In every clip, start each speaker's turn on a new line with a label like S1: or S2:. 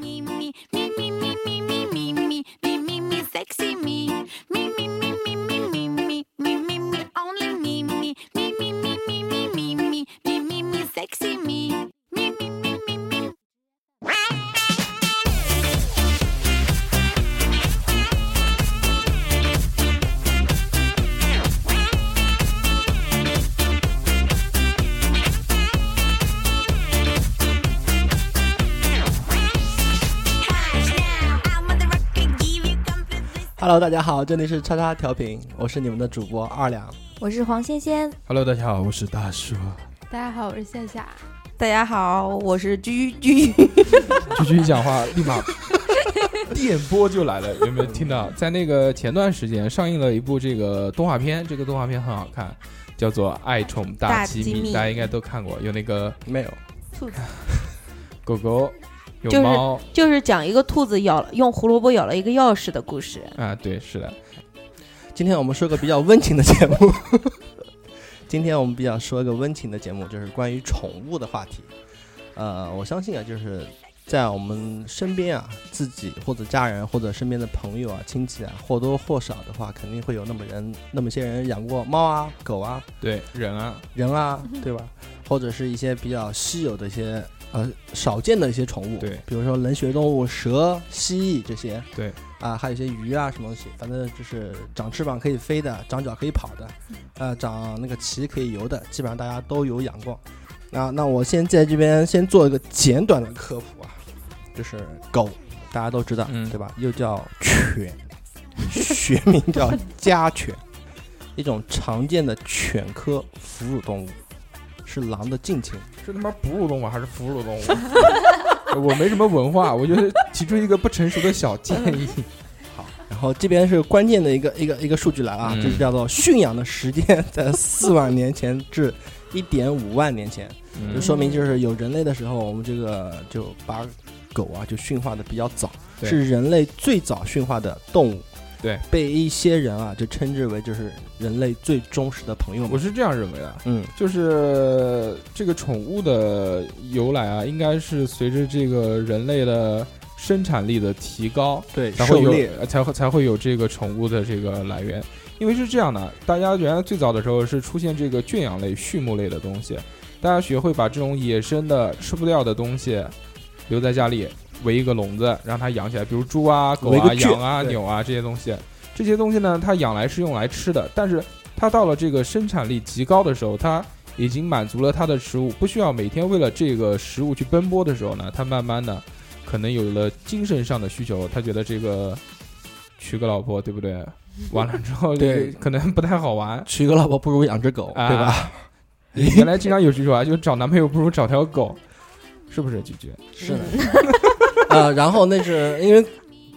S1: Me, me, me, me, me, me, me, me, me, me, me, me, sexy me. Me, me, me, me, me, me, me, me, me, me, only me, me, me, me, me, me, me, me, me, me, me, me, sexy me. Me, me, me, me, me.
S2: 哈喽，大家好，这里是叉叉调频，我是你们的主播二两。
S3: 我是黄仙仙，
S4: Hello，大家好，我是大树。
S5: 大家好，我是夏夏。
S6: 大家好，我是居居。
S7: 菊菊一讲话，立 马电波就来了，有没有听到？在那个前段时间上映了一部这个动画片，这个动画片很好看，叫做《爱宠大机
S6: 大机
S7: 密》，
S6: 密
S7: 大家应该都看过，有那个
S2: 没有，
S7: 狗狗，有
S6: 就是
S7: 猫
S6: 就是讲一个兔子咬了用胡萝卜咬了一个钥匙的故事。
S7: 啊，对，是的，
S2: 今天我们说个比较温情的节目。 今天我们比较说个温情的节目，就是关于宠物的话题。呃，我相信啊，就是在我们身边啊，自己或者家人或者身边的朋友啊、亲戚啊，或多或少的话，肯定会有那么人那么些人养过猫啊、狗啊、
S7: 对人啊，
S2: 人啊，对吧？或者是一些比较稀有的一些呃少见的一些宠物，
S7: 对
S2: 比如说冷血动物、蛇、蜥蜴这些，
S7: 对，
S2: 啊，还有一些鱼啊什么东西，反正就是长翅膀可以飞的，长脚可以跑的，呃，长那个鳍可以游的，基本上大家都有养过。啊那那我先在这边先做一个简短的科普啊，就是狗，大家都知道，
S7: 嗯
S2: 对吧？又叫犬，学名叫家犬，一种常见的犬科哺乳动物，是狼的近亲。
S7: 这他妈哺乳动物还是哺乳动 物？我没什么文化，我就是提出一个不成熟的小建议。
S2: 然后这边是关键的一个一个一个数据来啊，
S7: 嗯
S2: 就是叫做驯养的时间 在四万年前至一点五万年前，
S7: 嗯
S2: 就说明就是有人类的时候，我们这个就把狗啊就驯化的比较早，
S7: 对
S2: 是人类最早驯化的动物。
S7: 对，
S2: 被一些人啊就称之为就是人类最忠实的朋友
S7: 我
S2: 们。
S7: 是这样认为啊的，
S2: 嗯，
S7: 就是这个宠物的由来啊，应该是随着这个人类的生产力的提高，
S2: 对，
S7: 才会
S2: 狩
S7: 有
S2: 猎，
S7: 呃才会才会有这个宠物的这个来源。因为是这样的，大家原来最早的时候是出现这个圈养类、畜牧类的东西，大家学会把这种野生的吃不掉的东西留在家里，围一个笼子让它养起来，比如猪啊、狗
S2: 围
S7: 啊、
S2: 个圈
S7: 羊啊、
S2: 对
S7: 牛啊这些东西。这些东西呢，它养来是用来吃的，但是它到了这个生产力极高的时候，它已经满足了它的食物，不需要每天为了这个食物去奔波的时候呢，它慢慢的可能有了精神上的需求，他觉得这个娶个老婆，对不对？完了之后，
S2: 对
S7: 可能不太好玩，
S2: 娶个老婆不如养只狗，
S7: 啊
S2: 对吧？
S7: 原来经常有句说啊，就找男朋友不如找条狗，是不是？菊菊，
S2: 是的， 呃，然后那是因为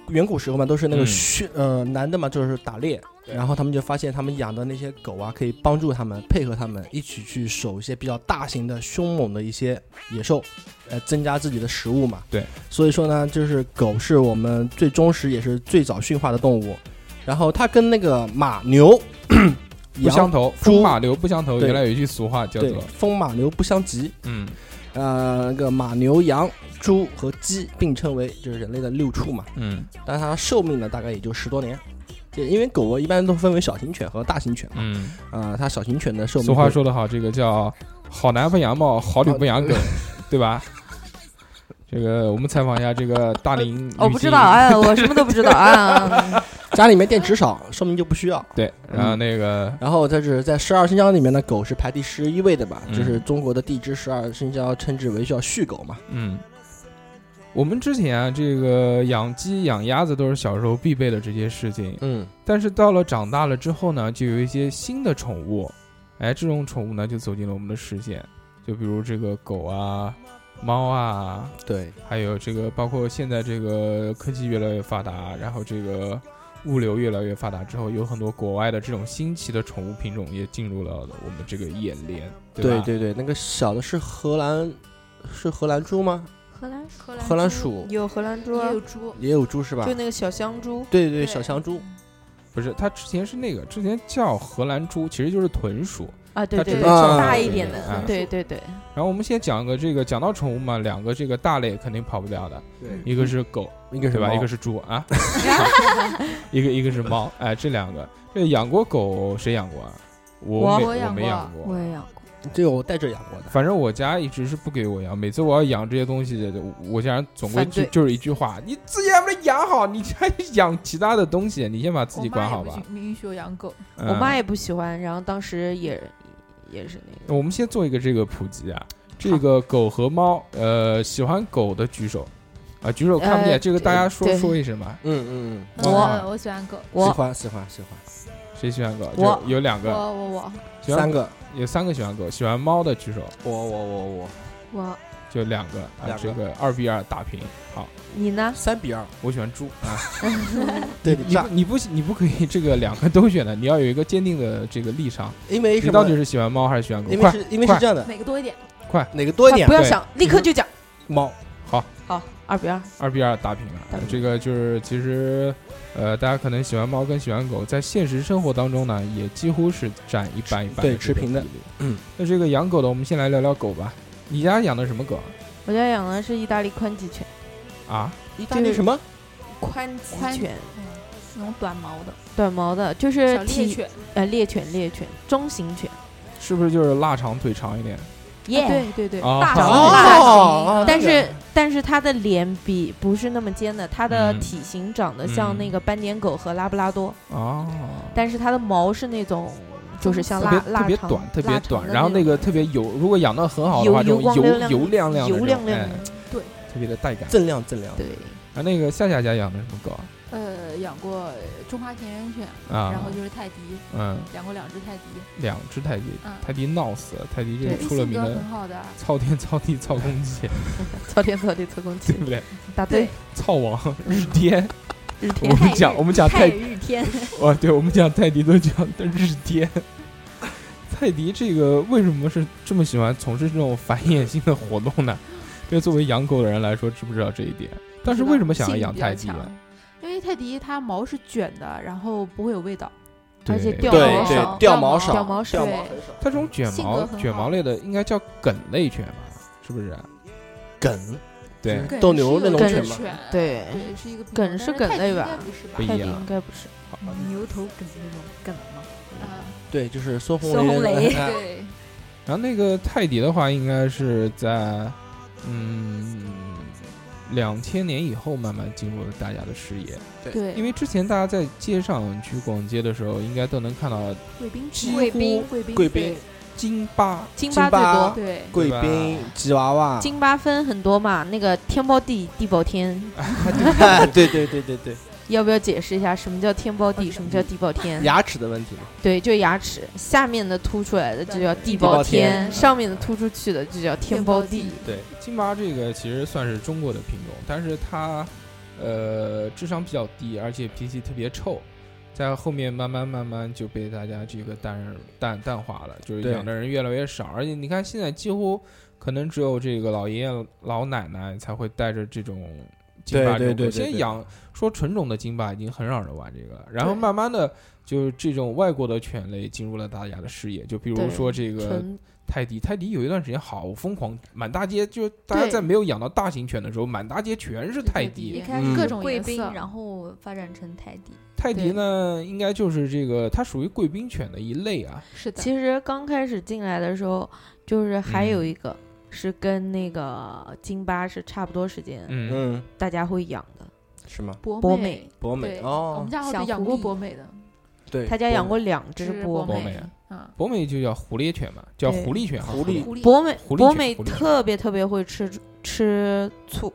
S2: 远古时候嘛，都是那个
S7: 嗯
S2: 驯、呃男的嘛，就是打猎，
S7: 对
S2: 然后他们就发现他们养的那些狗啊，可以帮助他们配合他们一起去守一些比较大型的、凶猛的一些野兽，来增加自己的食物嘛。
S7: 对，
S2: 所以说呢，就是狗是我们最忠实也是最早驯化的动物，然后它跟那个马牛。
S7: 不相
S2: 羊
S7: 投，
S2: 猪
S7: 风马牛不相投。
S2: 对
S7: 原来有一句俗话叫
S2: 对
S7: 做，
S2: 风马牛不相及，
S7: 嗯，
S2: 呃，那个马牛羊猪和鸡并称为就是人类的六畜嘛。
S7: 嗯
S2: 但它寿命呢大概也就十多年。对，因为狗一般都分为小型犬和大型犬嘛，
S7: 嗯，
S2: 啊、它小型犬的寿命
S7: 俗话
S2: 会
S7: 说得好，这个叫好男不养猫，好女不养狗，对吧？这个我们采访一下这个大龄，
S6: 我不知道，，哎呀，我什么都不知道啊。
S2: 家里面电池少，说明就不需要。
S7: 对，然后那个
S2: 然后它是在十二生肖里面呢，狗是排第十一位的吧？
S7: 嗯
S2: 就是中国的地支十二生肖称之为叫戌狗嘛。
S7: 嗯，我们之前啊，这个养鸡养鸭子都是小时候必备的这些事情，
S2: 嗯，
S7: 但是到了长大了之后呢，就有一些新的宠物，哎，这种宠物呢就走进了我们的视线，就比如这个狗啊、猫啊，
S2: 对，
S7: 还有这个包括现在这个科技越来越发达，然后这个物流越来越发达之后，有很多国外的这种新奇的宠物品种也进入了我们这个眼帘，
S2: 对
S7: 吧？
S2: 对对，那个小的是荷兰，是荷兰猪吗？
S5: 荷兰鼠
S2: 荷兰鼠
S6: 有荷兰猪啊，
S5: 也有猪，
S2: 也有猪是吧？
S6: 就那个小香猪，
S2: 对对，
S5: 对
S2: 小香猪，
S7: 不是，它之前是那个，之前叫荷兰猪，其实就是豚鼠。
S6: 啊，对
S7: 它
S6: 对
S7: 只
S6: 对，
S2: 是啊
S6: 大一点
S7: 对啊
S6: 的，对对对，
S7: 然后我们先讲一个这个，讲到宠物嘛，两个这个大类肯定跑不掉的，
S2: 对，
S7: 一个是狗，
S2: 一个
S7: 对吧？
S2: 猫
S7: 一个是猪 啊， 一个一个是猫，哎，这两个，这养过狗谁养过啊？
S6: 我
S7: 没
S5: 我
S7: 我
S5: 养
S7: 没
S5: 过
S7: 养过，
S6: 也养过，
S2: 这个我带着养过的，
S7: 反正我家一直是不给我养，每次我要养这些东西，我家人总归
S6: 反
S7: 就
S6: 对
S7: 就是一句话：你自己还不能养好，你还养其他的东西，你先把自己
S5: 我
S7: 管
S5: 妈
S7: 好
S5: 也
S7: 吧
S5: 不。许允许我养狗，
S7: 嗯
S6: 我妈也不喜欢，然后当时也也是那个，
S7: 我们先做一个这个普及啊，这个狗和猫，呃，喜欢狗的举手，啊，举手看不见，
S6: 呃
S7: 这个大家说
S6: 对
S7: 说一声吧。
S2: 嗯嗯
S7: 我
S5: 呃我喜欢狗，
S2: 嗯，喜
S6: 我
S2: 欢喜欢喜欢，
S7: 谁喜欢狗？
S6: 我
S7: 就有两
S5: 我
S7: 个，
S3: 嗯
S5: 我我
S7: 喜欢
S2: 三个，
S7: 有三个喜欢狗，喜欢猫的举手，
S2: 我我我我
S5: 我
S7: 就两个，啊，
S2: 两个
S7: 这个二比二打平。好，
S6: 你呢？
S2: 三比二，
S7: 我喜欢猪啊，
S2: 对
S7: 你不你不你不可以这 个两个都选的，你要有一个坚定的这个立场。
S2: 因为
S7: 你
S2: 什
S7: 到
S2: 么
S7: 底？是喜欢猫还是喜欢狗？
S2: 因为
S7: 快，
S2: 是因为
S7: 快
S2: 是这样的，
S5: 哪个多一点？
S2: 哪个多一点
S6: 啊不？要
S7: 对
S6: 想，立刻就讲，
S2: 猫，
S6: 好，二比二，
S7: 二比二打平了
S6: 打。平
S7: 这个就是其实，呃，大家可能喜欢猫跟喜欢狗，在现实生活当中呢，也几乎是占一半一半，
S2: 对持平的。
S7: 嗯
S2: 嗯，
S7: 那这个养狗的，我们先来聊聊狗吧。你家养的什么狗啊
S6: 我家养的是意大利宽脊犬，
S7: 啊？
S2: 意大利什么？
S6: 宽脊
S5: 宽嗯
S6: 犬，
S5: 那种短毛的
S6: 短毛的，就
S5: 小
S6: 是
S5: 猎
S6: 体
S5: 犬，啊
S6: 呃猎犬猎犬中型犬，
S7: 是不是就是腊肠腿长一点？
S6: 耶，
S5: 对对对，
S7: 哦
S6: 大
S7: 好
S6: 长
S5: 大
S6: 大
S5: 型
S2: 哦
S6: 但是但是它的脸比不是那么尖的，它的
S7: 嗯
S6: 体型长得像那个斑点狗和拉布拉多，
S7: 哦，
S6: 但是它的毛是那种就是像
S7: 特别
S6: 腊腊
S7: 特别
S6: 肠
S7: 短，特
S6: 腊
S7: 别
S6: 肠
S7: 短，
S6: 的
S7: 然后那
S6: 种
S7: 个特别油，如果养的很好的话，
S6: 油
S7: 这种
S6: 油光
S7: 油
S6: 亮
S7: 油亮亮的这
S6: 亮
S7: 种，
S6: 油亮亮
S7: 哎
S6: 的，
S7: 特别的带感。
S2: 锃亮锃亮，
S6: 对，
S7: 啊，那个夏夏家养的什么狗
S5: 呃，养过中华田园犬，
S7: 啊？啊，
S5: 然后就是泰迪，
S7: 嗯，
S5: 养过两只泰迪，
S7: 两只泰迪，
S5: 嗯
S7: 泰迪闹死了，泰迪这
S5: 对，
S7: 个出了
S5: 性
S7: 名
S5: 格
S7: 的
S5: 很好的，
S7: 操天操地操公 鸡，
S6: 操天操地测空气
S7: 对，不对？
S6: 答对，
S7: 操王日天，
S6: 日
S7: 我
S6: 天
S7: 们
S5: 日
S7: 讲我们讲
S5: 泰
S7: 泰
S5: 日天，
S7: 哦，对，我们讲泰迪都讲的日天。 泰迪这个为什么是这么喜欢从事这种繁衍性的活动呢？这作为养狗的人来说，知不知道这一点？当时为什么想要养泰迪啊
S5: 性比较
S7: 呢？
S5: 强？因为泰迪它毛是卷的，然后不会有味道，
S7: 对
S6: 而且掉
S2: 对
S6: 毛
S2: 对
S6: 少，
S2: 掉毛
S5: 毛
S2: 少
S6: 掉毛少
S5: 对，
S7: 它这种卷
S5: 性格
S7: 毛
S5: 很好
S7: 卷毛类的，应该叫梗类犬吧？是不是啊？
S2: 梗，
S7: 对，
S5: 梗
S2: 斗牛
S5: 是
S2: 那种
S5: 梗
S2: 犬
S5: 是
S2: 嘛
S5: 犬，
S6: 对，
S5: 对，是一个品
S6: 梗
S5: 种
S6: 是
S5: 但
S6: 梗
S5: 泰迪
S6: 类
S5: 应
S6: 吧
S5: 该不是吧
S7: 不一
S6: 泰迪
S7: 样
S6: 应该不是，
S3: 牛头梗那种梗吗？
S5: 啊，
S2: 对，就是孙红
S3: 孙
S2: 雷
S3: 红
S2: 的
S3: 雷
S2: 哎
S5: 对，
S7: 然后那个泰迪的话，应该是在嗯两千年以后慢慢进入了大家的视野。
S5: 对，
S7: 因为之前大家在街上去逛街的时候，应该都能看到
S5: 贵宾
S7: 几
S5: 贵宾
S7: 乎
S5: 贵宾
S2: 贵宾、
S7: 京巴，
S6: 金
S2: 金
S6: 巴最
S2: 巴
S6: 多，
S5: 对
S2: 贵
S7: 对
S2: 宾
S7: 吧、
S2: 吉娃娃，
S6: 金巴分很多嘛，那个天包地，地包天，
S2: 哎，对对对对对，
S6: 要不要解释一下什么叫天包
S7: 呃
S6: 地，什么叫地包天？
S2: 牙齿的问题嘛，
S6: 对，就牙齿下面的凸出来的就叫地
S2: 包
S6: 包
S2: 天
S6: 天，上面的凸出去的就叫天包地。
S7: 对，京巴这个其实算是中国的品种，但是它呃智商比较低，而且脾气特别臭，在后面慢慢慢慢就被大家这个淡淡淡化了，就是
S2: 对
S7: 养的人越来越少，而且你看现在几乎可能只有这个老爷爷老奶奶才会带着这种。京巴
S2: 对
S7: 这种
S2: 对对
S7: 狗，
S2: 对
S7: 现在
S2: 对
S7: 养说纯种的京巴已经很少人玩这个了，然后
S6: 对
S7: 慢慢的就是这种外国的犬类进入了大家的视野，就比如
S6: 对
S7: 说这个
S6: 纯
S7: 泰迪，泰迪有一段时间好疯狂，满大街就大家
S5: 对
S7: 在没有养到大型犬的时候，满大街全是泰
S5: 一
S7: 迪。
S5: 开
S2: 嗯
S5: 始各种
S3: 贵
S5: 颜
S3: 宾，
S5: 色，
S3: 然后发展成泰迪。
S7: 泰迪呢，应该就是这个，它属于贵宾犬的一类啊。
S5: 是的，
S6: 其实刚开始进来的时候，就是还有一个是跟那个金巴是差不多时间，
S7: 嗯，
S2: 嗯，
S6: 大家会养的。
S2: 是吗？
S5: 博
S6: 博
S5: 美
S6: 美，
S2: 博
S5: 对
S2: 美
S5: 我
S2: 哦
S5: 们，家好
S3: 小
S5: 像养
S3: 狐
S5: 过
S3: 狸
S5: 博美的，
S2: 对，
S6: 他家养过两
S5: 这
S6: 只
S5: 是
S6: 博
S5: 美，
S7: 博美
S5: 啊，
S7: 博美就叫狐狸犬嘛，叫
S6: 对
S7: 狐狸犬还是
S2: 狐狸
S7: 狸
S5: 狐狸
S6: 博美
S7: 狐狸
S6: 博
S7: 犬
S6: 美
S7: 狐狸犬
S6: 特别特别会吃吃醋，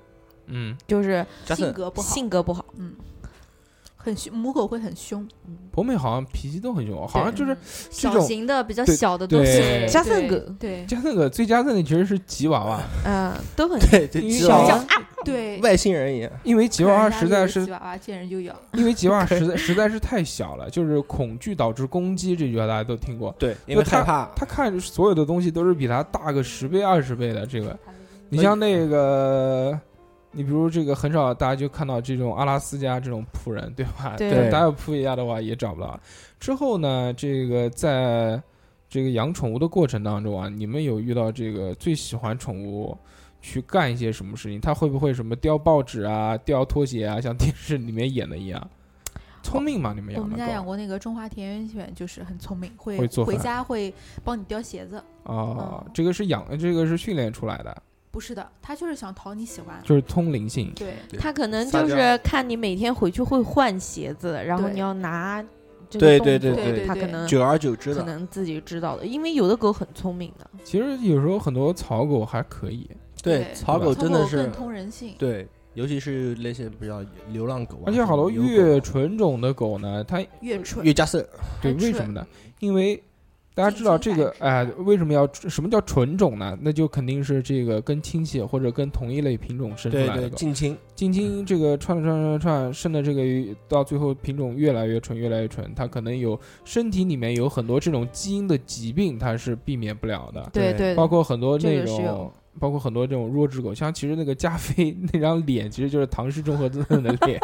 S7: 嗯，
S6: 就是
S2: ，Jason，
S5: 性格不好，
S6: 性格不好。
S5: 嗯，很凶，母狗会很凶，
S7: 博美好像脾气都很凶，好像就是这
S3: 小
S7: 种
S3: 型的比较
S7: 对
S3: 小的东西，
S7: 对。
S6: 加森
S5: 对
S6: 狗，
S5: 对
S7: 加那个最加那个其实是吉娃娃，
S6: 嗯，都很
S2: 对对，
S7: 因
S2: 知
S7: 为
S2: 道
S7: 小
S2: 吗
S7: 啊
S5: 对，
S2: 外星人一样，
S7: 因为吉娃娃实在是
S5: 吉娃娃见人就咬，
S7: 因为吉娃娃实在实在是太小了，就是恐惧导致攻击这句话大家都听过。
S2: 对，因
S7: 就
S2: 为害怕，
S7: 他看所有的东西都是比他大个十倍二十倍的。这个，你像那个，你比如这个很少大家就看到这种阿拉斯加这种仆人，对吧？
S6: 对
S7: 但大家有扑一下的话也找不到。之后呢，这个在这个养宠物的过程当中啊，你们有遇到这个最喜欢宠物？去干一些什么事情？他会不会什么叼报纸啊、叼拖鞋啊，像电视里面演的一样？聪明吗？你们
S5: 我
S7: 养
S5: 们
S7: 的
S5: 家养
S7: 狗哦
S5: 过那个中华田园犬，就是很聪明，会
S7: 会做
S5: 回
S7: 饭
S5: 家会帮你叼鞋子。
S7: 哦
S5: 嗯，
S7: 这个是养，这个是训练出来的，
S5: 不是的，它就是想讨你喜 欢。
S7: 就是通灵性。
S5: 对，
S6: 他可能
S2: 撒
S6: 就
S2: 娇
S6: 是看你每天回去会换鞋子，然后
S5: 对
S6: 你要拿这
S2: 对
S6: 个
S2: 对
S6: 动作
S5: 对对
S6: 他
S5: 对
S6: 可能
S2: 久而久之
S6: 可
S2: 的，
S6: 能自己知道的，因为有的狗很聪明的，
S7: 其实有时候很多草狗还可以，
S5: 对
S2: 草狗
S7: 我
S5: 通
S2: 真的
S5: 过
S2: 是
S5: 更，通人性。
S2: 对，尤其是那些比较流浪狗啊，
S7: 而且好多
S2: 有狗
S7: 越纯种的狗呢，它
S5: 越蠢
S2: 越加色，
S7: 对
S5: 很
S7: 为什
S5: 蠢
S7: 么呢？因为大家知道这个
S5: 近，亲
S7: 哎、
S5: 繁殖
S7: 为什么要什么叫纯种呢？那就肯定是这个跟亲戚或者跟同一类品种生出
S2: 对
S7: 来的
S2: 对，
S7: 狗。
S2: 近亲，
S7: 近亲这个串串串串生的这个到最后品种越来越纯，越来越纯，它可能有身体里面有很多这种基因的疾病，它是避免不了的。
S6: 对
S2: 对
S6: 对，
S7: 包括很多
S6: 这
S7: 那
S6: 个是
S7: 种
S6: 有，
S7: 包括很多这种弱智狗，像其实那个加菲 那张脸，其实就是唐氏综合症的脸。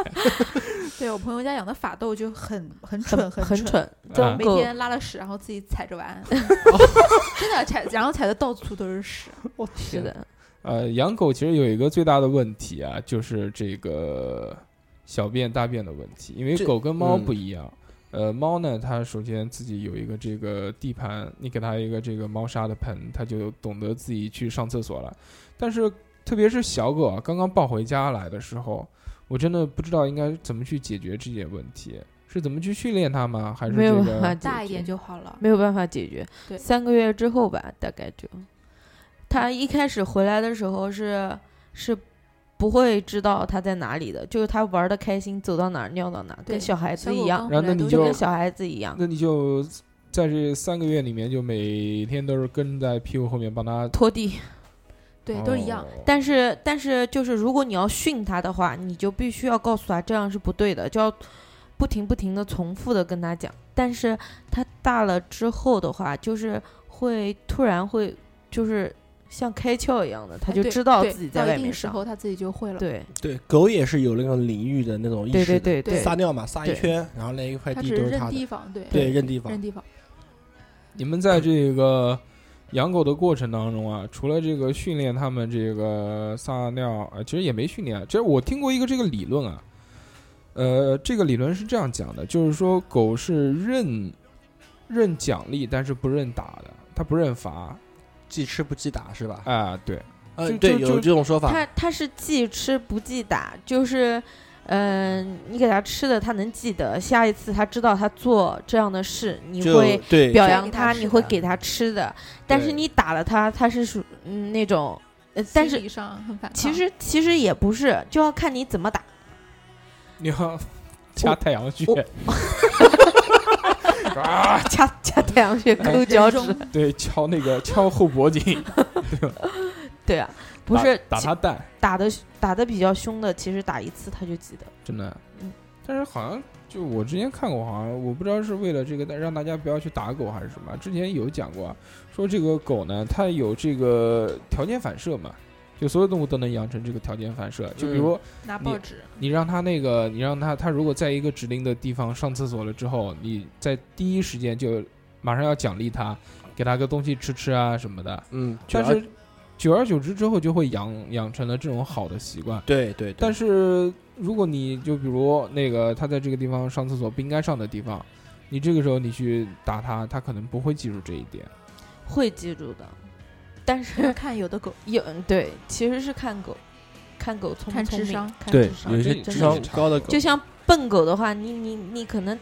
S5: 对我朋友家养的法斗就很
S6: 很
S5: 很蠢，
S6: 很
S5: 蠢。
S6: 蠢，这种
S7: 啊
S5: 每
S6: 狗
S5: 天拉了屎，然后自己踩着玩，真的踩，然后踩的到处都是屎。
S7: 我
S6: 是。的，
S7: 呃，养狗其实有一个最大的问题啊，就是这个小便大便的问题，因为
S2: 这
S7: 狗跟猫
S2: 嗯
S7: 不一样。呃，猫呢，它首先自己有一个这个地盘，你给它一个这个猫砂的盆，它就懂得自己去上厕所了。但是，特别是小狗啊，刚刚抱回家来的时候，我真的不知道应该怎么去解决这些问题，是怎么去训练它吗？还是
S6: 没
S7: 这
S6: 有
S7: 个
S6: 办法
S5: 大一
S6: 解决
S5: 点就好了。
S6: 没有办法解决。
S5: 对
S6: 三个月之后吧，大概就，他一开始回来的时候是是不会知道他在哪里的，就是他玩的开心，走到哪儿尿到哪儿，
S5: 对
S6: 跟小孩
S5: 小
S6: 子一
S5: 狗
S6: 样，
S5: 刚
S7: 然后那
S5: 回来
S7: 你
S5: 都
S6: 就
S7: 就
S6: 跟小孩子一样
S7: 那你就在这三个月里面，就每天都是跟在屁股后面帮它，
S6: 拖地。
S5: 对，都一样
S7: 哦。。
S6: 但是但是就是如果你要训他的话，你就必须要告诉他这样是不对的，就要不停不停的重复的跟他讲。但是他大了之后的话，就是会突然会就是像开窍一样的，他
S5: 哎
S6: 就
S5: 对
S6: 知道
S5: 对
S6: 自己在
S5: 到
S6: 外
S5: 一
S6: 面
S5: 定时
S6: 上。
S5: 候他自己就会了。
S6: 对
S2: 对，狗也是有那种领域的那种意识
S6: 对
S2: 的，
S6: 对对
S5: 对
S2: 撒尿嘛，撒一
S6: 对
S2: 圈，然后那一块
S5: 他
S2: 地
S5: 只
S2: 都
S5: 是
S2: 是
S5: 认
S2: 它的，
S5: 地方，对
S2: 对，认地方
S5: 认，地方。
S7: 你们在这个养狗的过程当中啊，除了这个训练它们这个撒尿，呃，其实也没训练啊。其实我听过一个这个理论啊，呃，这个理论是这样讲的，就是说狗是认认奖励，但是不认打的，它不认罚啊、
S2: 既吃不记打是吧？
S7: 对，
S2: 呃
S7: 就，
S2: 对，
S7: 就
S2: 有
S7: 就
S2: 这种说法，
S6: 他他是记吃不记打，就是，嗯、你给他吃的他能记得，下一次他知道他做这样的事，你
S2: 就
S6: 会
S2: 对
S6: 表
S5: 再
S6: 扬
S5: 给他
S6: 他，
S5: 吃
S6: 你会
S5: 的
S6: 给他吃的。但是
S7: 对
S6: 你打了他，他是属嗯那种，呃，但
S5: 心
S6: 是
S5: 理上很反抗。
S6: 其实其实也不是，就要看你怎么打。
S7: 你要 加太阳穴
S6: 我，
S7: 啊，
S6: 掐掐太阳穴
S7: 哎
S6: 抠脚趾，
S7: 对，敲那个敲后脖颈，
S6: 对啊，不是
S7: 打打
S6: 其
S7: 它蛋，
S6: 打的打的比较凶的，其实打一次他就记得。
S7: 真的
S6: 嗯。
S7: 但是好像就我之前看过，好像我不知道是为了这个让大家不要去打狗还是什么。之前有讲过啊，说这个狗呢，它有这个条件反射嘛，就所有动物都能养成这个条件反射。
S2: 嗯
S7: 就比如
S5: 拿
S7: 你
S5: 报纸，
S7: 你让它那个，你让它它如果在一个指定的地方上厕所了之后，你在第一时间就马上要奖励它，给它个东西吃吃啊什么的。
S2: 嗯，
S7: 但
S2: 主要
S7: 是久而久之之后，就会养养成了这种好的习惯。
S2: 对对，
S7: 但
S2: 是
S7: 是如果你就比如那个他在这个地方上厕所不应该上的地方，你这个时候你去打他，他可能不会记住这一点。
S6: 会记住的，但
S5: 要
S6: 是
S5: 看有的狗
S6: 有对，其实是看狗，看狗聪不
S5: 看
S6: 聪
S5: 智
S6: 明
S5: 商，
S6: 看
S2: 对
S6: 智
S2: 有
S6: 商
S2: 一
S7: 这
S2: 些
S7: 也
S6: 真
S2: 智
S6: 的
S2: 商
S6: 是。
S2: 高的狗
S6: 就像笨狗的话，你你你可能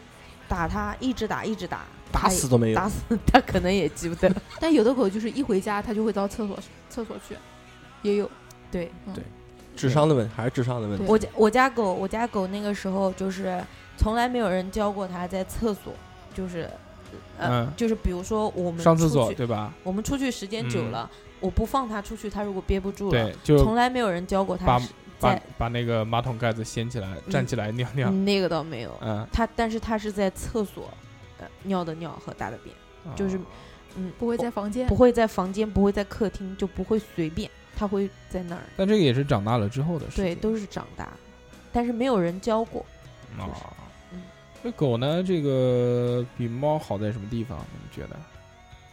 S6: 打它，一直打一直打，
S2: 打死都没有，
S6: 打死 它可能也记不得。
S5: 但有的狗就是一回家它就会到厕所厕所去，也有。
S6: 对
S5: 嗯
S2: 对智商的问题，还是智商的问题。
S6: 我家我家狗，我家狗那个时候就是从来没有人教过它在厕所，就是，呃，
S7: 嗯
S6: 就是比如说我们
S7: 上厕
S6: 出
S7: 所
S6: 去
S7: 对吧？
S6: 我们出去时间久
S7: 嗯
S6: 了，我不放它出去，它如果憋不住了
S7: 对，，就
S6: 从来没有人教过它
S7: 把
S6: 是
S7: 把
S6: 在
S7: 把那个马桶盖子掀起来，站起来尿尿。
S6: 嗯那个倒没有，
S7: 嗯，
S6: 它但是它是在厕所，呃，尿的尿和大的便，就是
S7: 啊
S6: 嗯，
S5: 不会在房间，
S6: 不会在房间，不会在客厅，就不会随便，它会在那儿，
S7: 但这个也是长大了之后的事情。哦
S6: 对，都是长大，但是没有人教过，
S7: 啊
S6: 就是嗯。
S7: 这狗呢，这个比猫好在什么地方？你们觉得？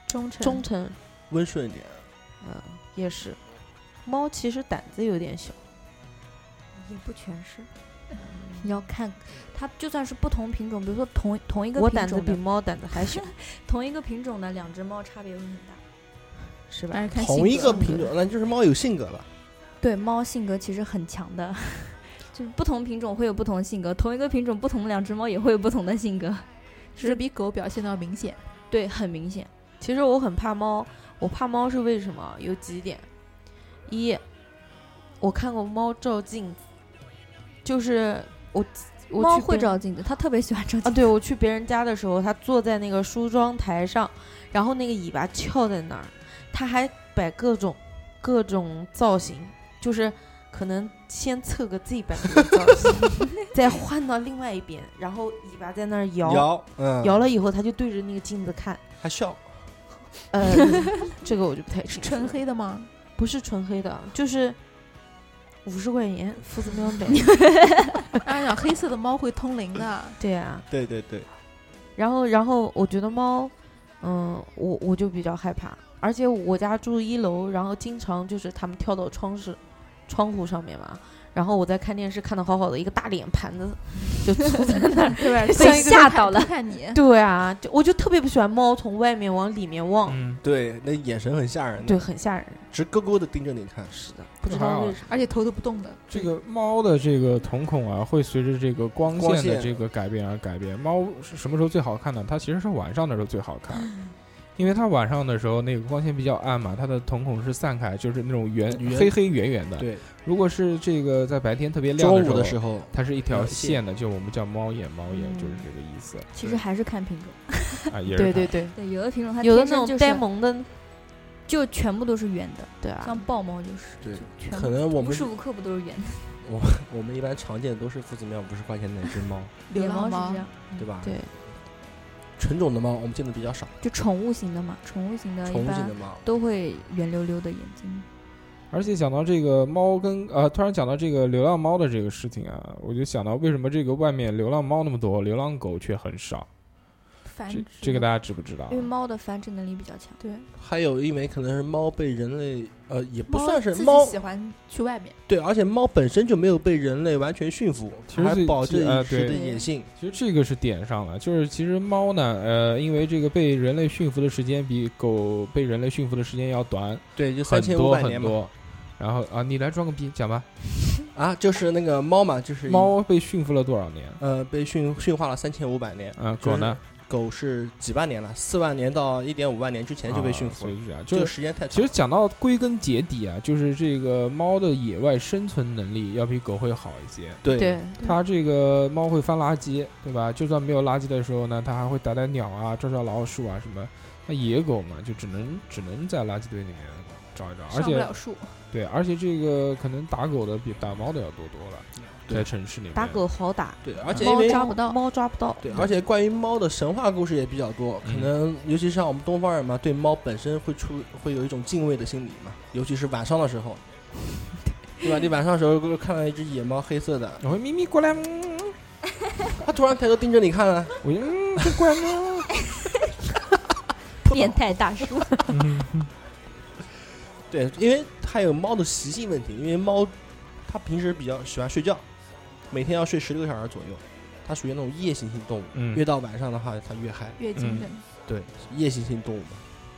S5: 忠
S7: 嗯
S5: 诚
S6: 忠诚，
S2: 温顺一点，
S6: 嗯，也是。猫其实胆子有点小，
S3: 也不全是。 你要看它，就算是不同品种，比如说同同一个
S6: 我
S3: 品
S6: 胆子
S3: 种
S6: 比
S3: 的
S6: 猫胆子还小，
S3: 同一个品种的两只猫差别会很大。
S6: 是 吧？
S3: 哎
S5: 但是看性
S2: 同一
S5: 格
S2: 个品种，那就是猫有性格了。
S3: 对，猫性格其实很强的， 就是不同品种会有不同的性格，同一个品种不同的两只猫也会有不同的性格，
S5: 只是比狗表现的要明显。
S3: 对，很明显。
S6: 其实我很怕猫，我怕猫是为什么？有几点：一，我看过猫照镜子，就是我我
S3: 猫
S6: 去
S3: 会
S6: 别人
S3: 照镜子，它特别喜欢照
S6: 啊，
S3: 镜子。
S6: 对我去别人家的时候，它坐在那个梳妆台上，然后那个尾巴翘在那儿，它还摆各种各种造型，就是可能先测个这版的造 型，再换到另外一边，然后尾巴在那儿摇
S2: 摇，嗯，
S6: 摇了以后，它就对着那个镜子看。
S2: 还笑，
S6: 呃，这个我就不太清楚了
S5: 纯黑的吗？
S6: 不是纯黑的，啊就是五十块钱，父子 喵美。
S5: 按照哎黑色的猫会通灵的，。
S6: 对啊，
S2: 对对对，
S6: 然后然后我觉得猫，嗯，我我就比较害怕，而且我家住一楼，然后经常就是他们跳到窗是窗户上面嘛。然后我在看电视，看的好好的，一个大脸盘子就出在那儿
S5: 对吧？
S3: 被
S5: 像一个
S3: 吓
S5: 看
S3: 到了
S5: 看你，
S6: 对啊，就我就特别不喜欢猫从外面往里面望，
S7: 嗯，
S2: 对，那眼神很吓人的，
S6: 对，很吓人。
S2: 直勾勾的盯着你看。
S6: 是的，不知
S7: 还
S6: 道
S7: 好
S6: 为什么。
S5: 而且头都不动的。
S7: 这个猫的这个瞳孔啊，会随着这个光
S2: 光
S7: 线
S2: 线
S7: 的这个改变而改变。猫是什么时候最好看呢？它其实是晚上的时候最好看，
S6: 嗯
S7: 因为它晚上的时候那个光线比较暗嘛，它的瞳孔是散开，就是那种圆
S2: 圆
S7: 黑黑圆圆的。
S2: 对，
S7: 如果是这个在白天特别亮
S2: 中午
S7: 的
S2: 的时候，嗯
S7: 它是一条
S2: 有线
S7: 线的，就我们叫猫眼，猫眼
S6: 嗯
S7: 就是这个意思
S3: 其实还是看品种，
S7: 啊，也是
S6: 对
S7: 它
S6: 对对，
S3: 对，有的品种它
S6: 有的
S3: 天
S6: 那
S3: 生
S6: 种
S3: 就
S6: 呆
S3: 是
S6: 萌的，
S3: 就全部都是圆的，
S6: 对啊，
S3: 像豹猫就是，
S2: 对
S3: 就全
S2: 可
S3: 部
S2: 能我
S3: 无
S2: 们
S3: 时无刻不都是圆的。
S2: 我们一般常见的都是父子庙五十块钱的那只猫，
S5: 流
S3: 野猫
S5: 浪
S3: 是
S5: 猫
S3: 这样，
S2: 对吧？
S6: 对，
S2: 纯种的猫我们见的比较少，
S3: 就宠物型的嘛，宠物型的
S2: 宠
S3: 啊一
S2: 物型
S3: 般
S2: 的猫，
S3: 都会圆溜溜的眼睛。
S7: 而且讲到这个猫跟呃，突然讲到这个流浪猫的这个事情啊，我就想到为什么这个外面流浪猫那么多，流浪狗却很少？
S5: 繁
S7: 这
S5: 殖
S7: 这个大家知不知道啊
S3: 因？为猫的繁殖能力比较强，
S5: 对，
S2: 还有因为可能是猫被人类呃也不
S5: 猫
S2: 算是
S5: 自己
S2: 猫
S5: 喜欢去外面，
S2: 对，而且猫本身就没有被人类完全驯服，
S7: 其
S2: 它
S7: 实
S2: 还
S7: 是
S2: 保
S7: 其实
S2: 证
S7: 呃
S2: 一时的
S7: 对
S2: 野性。
S7: 其实这个是点上了，就是其实猫呢，呃，因为这个被人类驯服的时间比狗被人类驯服的时间要短
S2: 对，就三
S7: 很
S2: 千五
S7: 多
S2: 百
S7: 很
S2: 年嘛。
S7: 多。然后啊，你来装个逼，讲吧，
S2: 啊，就是那个猫嘛，就是一
S7: 猫被驯服了多少年？
S2: 呃被驯驯化了三千五百年，
S7: 啊，
S2: 就
S7: 狗呢？
S2: 狗是几万年了，四万年到一点五万年之前就被驯
S7: 啊
S2: 服
S7: 所
S2: 了，
S7: 以是这样，
S2: 这
S7: 就
S2: 个
S7: 是
S2: 时间太
S7: 其
S2: 长
S7: 实。讲到归根结底啊，就是这个猫的野外生存能力要比狗会好一些。
S2: 对
S6: 对，
S7: 它这个猫会翻垃圾，对吧？就算没有垃圾的时候呢，它还会逮逮鸟啊，抓抓老鼠啊什么。那野狗嘛，就只能只能在垃圾堆里面找一找，而
S5: 上不
S7: 且
S5: 了树。
S2: 啊
S7: 对，而且这个可能打狗的比打猫的要多多了，在城市里面
S6: 打狗好打，
S2: 对，而且因
S6: 猫
S2: 为
S6: 抓不到，猫抓不到。
S2: 对，而且关于猫的神话故事也比较多，可
S7: 嗯
S2: 能尤其像我们东方人嘛，对猫本身会出会有一种敬畏的心理嘛，尤其是晚上的时 候，对吧？你晚上的时候如果看到一只野猫，黑色的，
S7: 我会咪咪过来，嗯
S2: 它突然抬头盯着你看啊 了，
S7: 我就嗯就过来喵。
S3: 变态大 叔。
S7: 嗯
S2: 嗯对，因为它有猫的习性问题，因为猫它平时比较喜欢睡觉，每天要睡十六个小时左右，它属于那种夜行性动物，
S7: 嗯
S2: 越到晚上的话它越嗨，
S5: 月经
S7: 嗯
S5: 人，
S2: 对，夜行性动物嘛，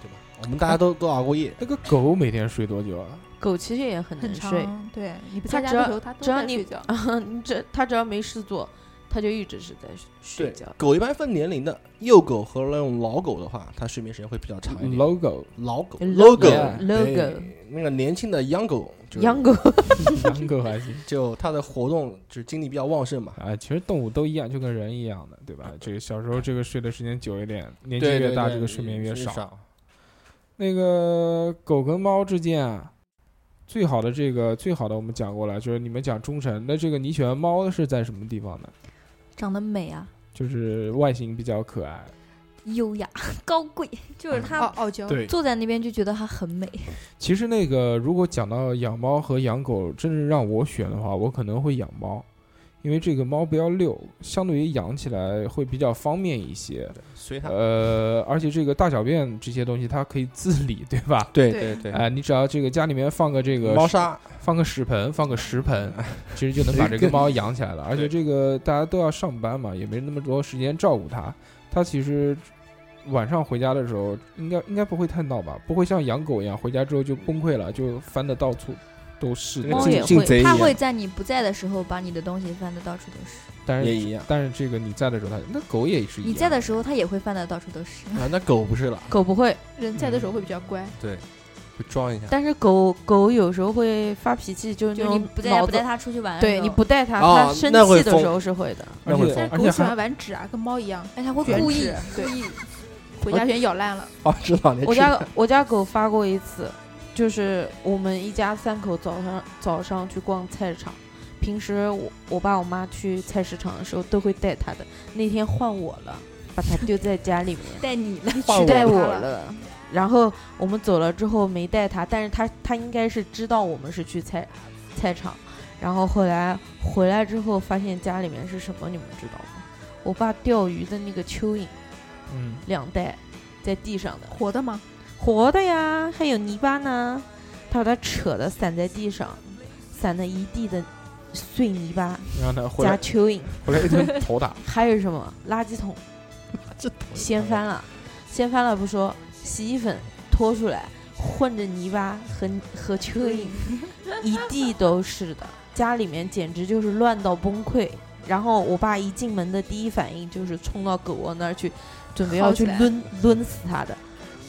S2: 对吧？我们大家都都熬过夜，
S7: 那个狗每天睡多久啊？
S6: 狗其实也很
S5: 很
S6: 能睡，
S5: 长。对，你不
S6: 它
S5: 在家
S6: 只要
S5: 的时候，它都
S6: 只要
S5: 在
S6: 你
S5: 睡觉。
S6: 啊，你这它只要没事做，它就一直是在睡觉。
S2: 狗一般分年龄的，幼狗和那种老狗的话，它睡眠时间会比较长一点。
S7: logo
S2: 老狗
S6: Logo，
S2: 对
S6: Logo
S2: 那个年轻的 young 狗，就是
S6: 养 狗
S7: 养狗还行
S2: 就它的活动就是精力比较旺盛嘛。
S7: 啊，其实动物都一样，就跟人一样的，对吧？这个小时候这个睡的时间久一点，年纪
S2: 啊对
S7: 越
S2: 对
S7: 大
S2: 对
S7: 这个睡眠越
S2: 睡
S7: 少
S2: 少。
S7: 那个狗跟猫之间啊，最好的这个最好的我们讲过了，就是你们讲忠诚。那这个你喜欢猫是在什么地方呢？
S3: 长得美啊，
S7: 就是外形比较可爱，
S3: 优雅、高贵，就是
S2: 嗯
S5: 傲
S3: 它
S5: 傲娇，
S7: 对
S3: 坐在那边就觉得它很美。
S7: 其实那个，如果讲到养猫和养狗，真是让我选的话，我可能会养猫，因为这个猫不要遛，相对于养起来会比较方便一些。
S2: 随它。
S7: 呃，而且这个大小便这些东西它可以自理，对吧？
S2: 对
S5: 对
S2: 对
S7: 哎、，你只要这个家里面放个这
S6: 呃
S7: 个
S2: 猫砂
S7: 放个屎盆，放个 食盆，其实就能把这个猫养起来了。而且这个大家都要上班嘛，也没那么多时间照顾它。它其实晚上回家的时候，应该应该不会太闹吧？不会像养狗一样，回家之后就崩溃了，就翻的到处都是。
S6: 猫也
S2: 进
S6: 会
S2: 贼一
S3: 它
S2: 样
S3: 会在你不在的时候把你的东西翻得到处都是，
S7: 但
S2: 也
S7: 是
S2: 一样
S7: 但是这个你在的时候它，那狗也是一样。
S3: 你在的时候它也会翻得到处都是。
S2: 啊，那狗不是了，
S6: 狗不会，
S5: 人在的时候会比较乖，
S2: 嗯会装一下。
S6: 但是狗狗有时候会发脾气，就是
S3: 就
S6: 那
S3: 是你
S6: 种
S3: 不在
S6: 脑
S3: 不带
S6: 子。
S3: 它出去玩的时候，
S6: 对你不带它，
S2: 哦
S6: 它生
S2: 那会
S6: 气的
S2: 疯
S6: 时候是会的。
S7: 而且
S2: 哦
S5: 但是
S7: 而
S5: 狗
S7: 且
S5: 喜
S7: 还
S5: 欢玩纸啊，跟猫一样，
S3: 哎，它会
S5: 卷
S3: 故意，
S5: 纸，对，回家全咬烂了。
S2: 哦，知道你
S6: 我家我家狗发过一次，就是我们一家三口早上早上去逛菜市场，平时我我爸我妈去菜市场的时候都会带它的，那天换我了，把它丢在家里面
S3: 带你了，
S6: 取代我
S5: 我了
S6: 了。然后我们走了之后没带它，但是它它应该是知道我们是去菜菜场，然后后来回来之后发现家里面是什么，你们知道吗？我爸钓鱼的那个蚯蚓
S7: 嗯，
S6: 两袋在地上的，
S5: 活的吗？
S6: 活的呀，还有泥巴呢。他把它扯的散在地上，散的一地的碎泥巴
S7: 让它回
S6: 加
S7: 来
S6: 蚯蚓，
S7: 回来一顿头 打。
S6: 还有什么垃圾桶掀翻了，掀翻了不说，洗衣粉拖出来混着泥巴和和蚯 蚓，一地都是的，家里面简直就是乱到崩溃。然后我爸一进门的第一反应就是冲到狗窝那儿去，准备要
S5: 薅
S6: 去
S5: 起来
S6: 抡抡死它的。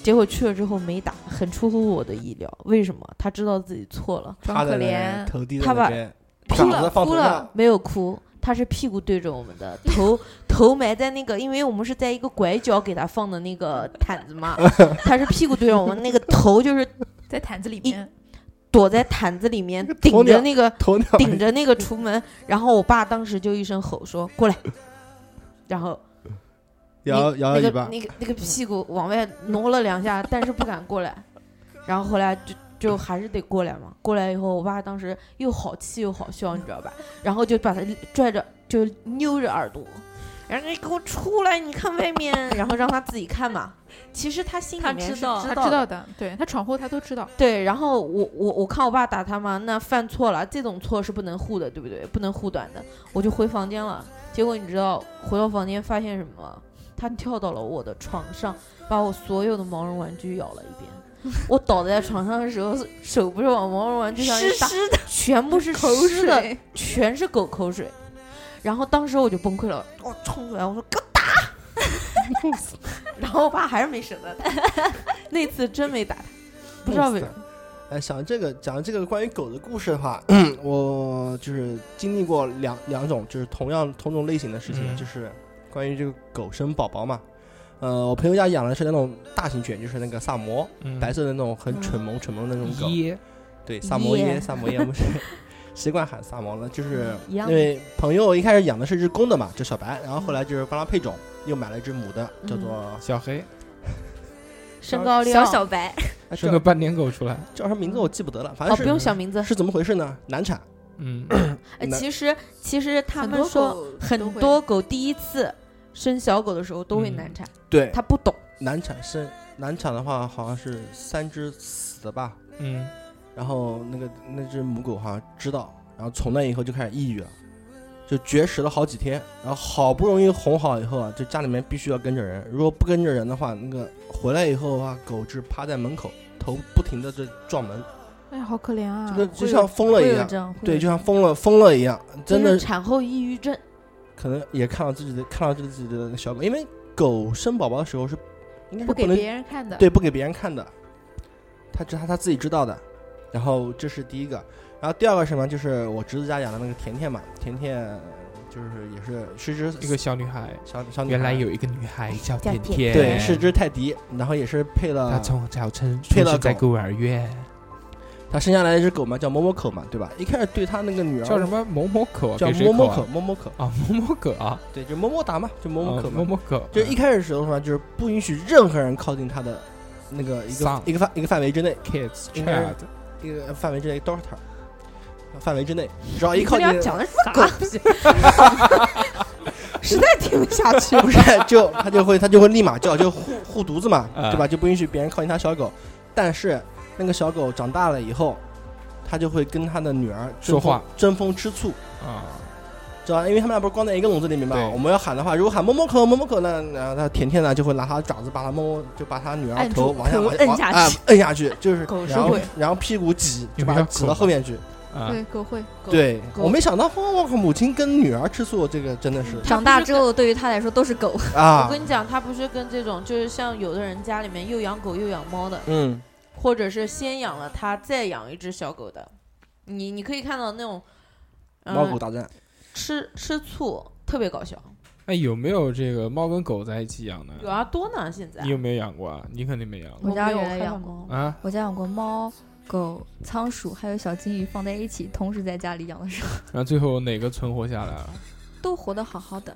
S6: 结果去了之后没打，很出乎我的意料。为什么？他知道自己错了，
S5: 装可怜，
S2: 头低
S6: 在他那把
S2: 边，
S6: 哭
S2: 嗓子
S6: 了，
S2: 放
S6: 哭
S2: 头
S6: 了
S2: 上，
S6: 没有哭，他是屁股对着我们的，头头埋在那个，因为我们是在一个拐角给他放的那个毯 子嘛，他是屁股对着我们，那个头就是
S5: 在毯子里面，
S6: 躲在毯子里面，顶
S2: 鸵
S6: 着
S2: 鸟
S6: 那个
S2: 鸵鸟
S6: 顶着那个厨门，然后我爸当时就一声吼说过来， 然后
S2: 摇摇摇
S6: 那
S2: 尾
S6: 个
S2: 巴，
S6: 那个那个屁股往外挪了两下，但是不敢过来，然后后来就就还是得过来嘛。过来以后，我爸当时又好气又好笑，你知道吧？然后就把他拽着，就扭着耳朵，然后你给我出来，你看外面，然后让他自己看嘛。其实他心里
S3: 他
S6: 面
S3: 知
S6: 是
S3: 道
S6: 知
S5: 他
S6: 道
S5: 知道
S6: 的
S5: 的，对他闯祸他都知道。
S6: 对，然后我我我看我爸打他嘛，那犯错了，这种错是不能护的，对不对？不能护短的，我就回房间了。结果你知道，回到房间发现什么吗？他跳到了我的床上，把我所有的毛绒玩具咬了一遍。 我倒在床上的时候，手不是往毛绒玩具上一
S3: 湿
S6: 打，
S3: 湿的，
S6: 全部是
S5: 口
S6: 湿的，
S5: 水，
S6: 全是狗口水。然后当时我就崩溃了，我冲出来，我说给我 打！然后我爸还是没舍得打， 那次真没打他，不知道为什么。
S2: 哎，想这个讲这个关于狗的故事的话， 我就是经历过两两种，就是同样同种类型的事情，
S7: 嗯
S2: 就是关于这个狗生宝宝嘛。呃，我朋友家养的是那种大型犬，就是那个萨摩，
S7: 嗯
S2: 白色的那种很蠢萌蠢萌的那种狗。
S7: 耶，
S2: 对，萨摩
S6: 嗯耶
S2: 耶，萨摩耶，我们是习惯喊萨摩了。就是
S6: 一样嗯
S2: 因为朋友一开始养的是只公的嘛，就小白，然后后来就是帮他配种，又买了一只母的，叫做、
S7: 小黑
S6: 身高六，
S3: 小小白，
S2: 哎
S7: 生
S2: 叫
S7: 个半年狗出来，
S2: 叫什么名字我记不得了，反
S6: 哦，
S2: 正是、
S6: 不用想名字。
S2: 是怎么回事呢？难产。
S7: 嗯，
S6: 哎，
S2: 那
S6: 其实其实他
S5: 很
S6: 们
S5: 多
S6: 说
S5: 狗都
S6: 很
S5: 会
S6: 多狗第一次生小狗的时候都会
S7: 嗯
S6: 难产，
S2: 对，
S6: 它不懂。
S2: 难产生难产的话，好像是三只死的吧，
S7: 嗯，
S2: 然后那个那只母狗好像知道，然后从那以后就开始抑郁了，就绝食了好几天，然后好不容易哄好以后啊，就家里面必须要跟着人，如果不跟着人的话，那个回来以后的话，狗只趴在门口，头不停的这撞门，
S5: 哎，好可怜啊
S2: 就！跟
S3: 会
S2: 就
S3: 有
S2: 像疯了
S3: 会
S2: 一
S3: 有
S2: 样
S3: 这，样，会
S2: 对，
S3: 有
S2: 就像疯了疯了一样，真
S6: 这
S2: 的
S6: 是产后抑郁症，
S2: 可能也看到自己的看到自己的小狗，因为狗生宝宝的时候是应该是
S5: 不给
S2: 能
S5: 别人看的。
S2: 对，不给别人看的，他知他他自己知道的。然后这是第一个，然后第二个是什么？就是我侄子家养的那个甜甜嘛，甜甜就是也是是只
S8: 一个小女孩，
S2: 小小女
S8: 原来
S2: 孩
S8: 有一个女孩叫
S6: 叫
S8: 甜甜，
S6: 甜
S2: 对是只泰迪，然后也是配
S8: 她
S2: 了
S8: 从早晨出
S2: 配了
S8: 生在
S2: 狗
S8: 孤儿院，
S2: 他生下来一只狗嘛，叫某某口嘛，对吧？一开始对他那个女儿
S7: 叫什么某某可啊，
S2: 叫
S7: 给谁
S2: 摸摸
S7: 口
S2: 可，摸摸可，
S8: 啊，某某可啊，
S2: 对，就摸摸达嘛，就摸摸
S7: 啊
S2: 可嘛
S7: 某。某可，
S2: 就一开始的时候嘛，就是不允许任何人靠近他的那个一
S7: 丧
S2: 个一个范一个范围之内，
S7: 啊 kids
S2: 应该是
S7: child，
S2: 一个范围之内 daughter 范围之内，只啊要一
S6: 你
S2: 靠
S6: 们
S2: 近
S6: 俩讲的是啥屁？实在听不 下去。
S2: 不是，就他就会他就会立马叫，就护护犊子嘛，
S7: 啊
S2: 对吧？就不允许别人靠近他小狗。但是那个小狗长大了以后，他就会跟他的女儿争
S7: 说话
S2: 风争风吃醋，
S7: 啊，
S2: 知道吧？因为他们俩不是关在一个笼子里面嘛
S7: 对，
S2: 我们要喊的话，如果喊摸摸口摸摸口，那然后他甜甜呢就会拿他爪子把他摸，就把他女儿
S5: 按
S2: 头
S5: 住
S2: 往下
S3: 头
S2: 往
S3: 摁下
S2: 往啊
S3: 去
S2: 摁下去，就是
S6: 狗是
S2: 然后
S6: 会
S2: 然后屁股挤，就
S7: 有没
S2: 把
S7: 有
S2: 它
S7: 叫
S2: 挤
S7: 狗
S2: 到后面去。
S7: 啊
S5: 对，狗会。狗，
S2: 对，
S6: 狗
S2: 我没想到，哇我靠，母亲跟女儿吃醋，这个真的是
S3: 长大之后，对于他来说都是狗。
S6: 嗯我
S2: 啊，
S6: 跟你讲，他不是跟这种，就是像有的人家里面又养狗又养猫的，
S2: 嗯，
S6: 或者是先养了它再养一只小狗的，你你可以看到那种，嗯、
S2: 猫狗嗯大战。
S6: 吃吃醋特别搞笑，
S7: 那有没有这个猫跟狗在一起养呢？
S6: 有啊多呢现在。
S7: 你有没有养过啊？你肯定没养过
S3: 我家
S6: 没有
S3: 原来
S6: 害怕
S3: 养
S6: 猫，
S7: 啊。
S3: 我家养过猫、狗、仓鼠，还有小金鱼，放在一起，同时在家里养的时候，
S7: 那最后哪个存活下来了？
S3: 都活得好好的。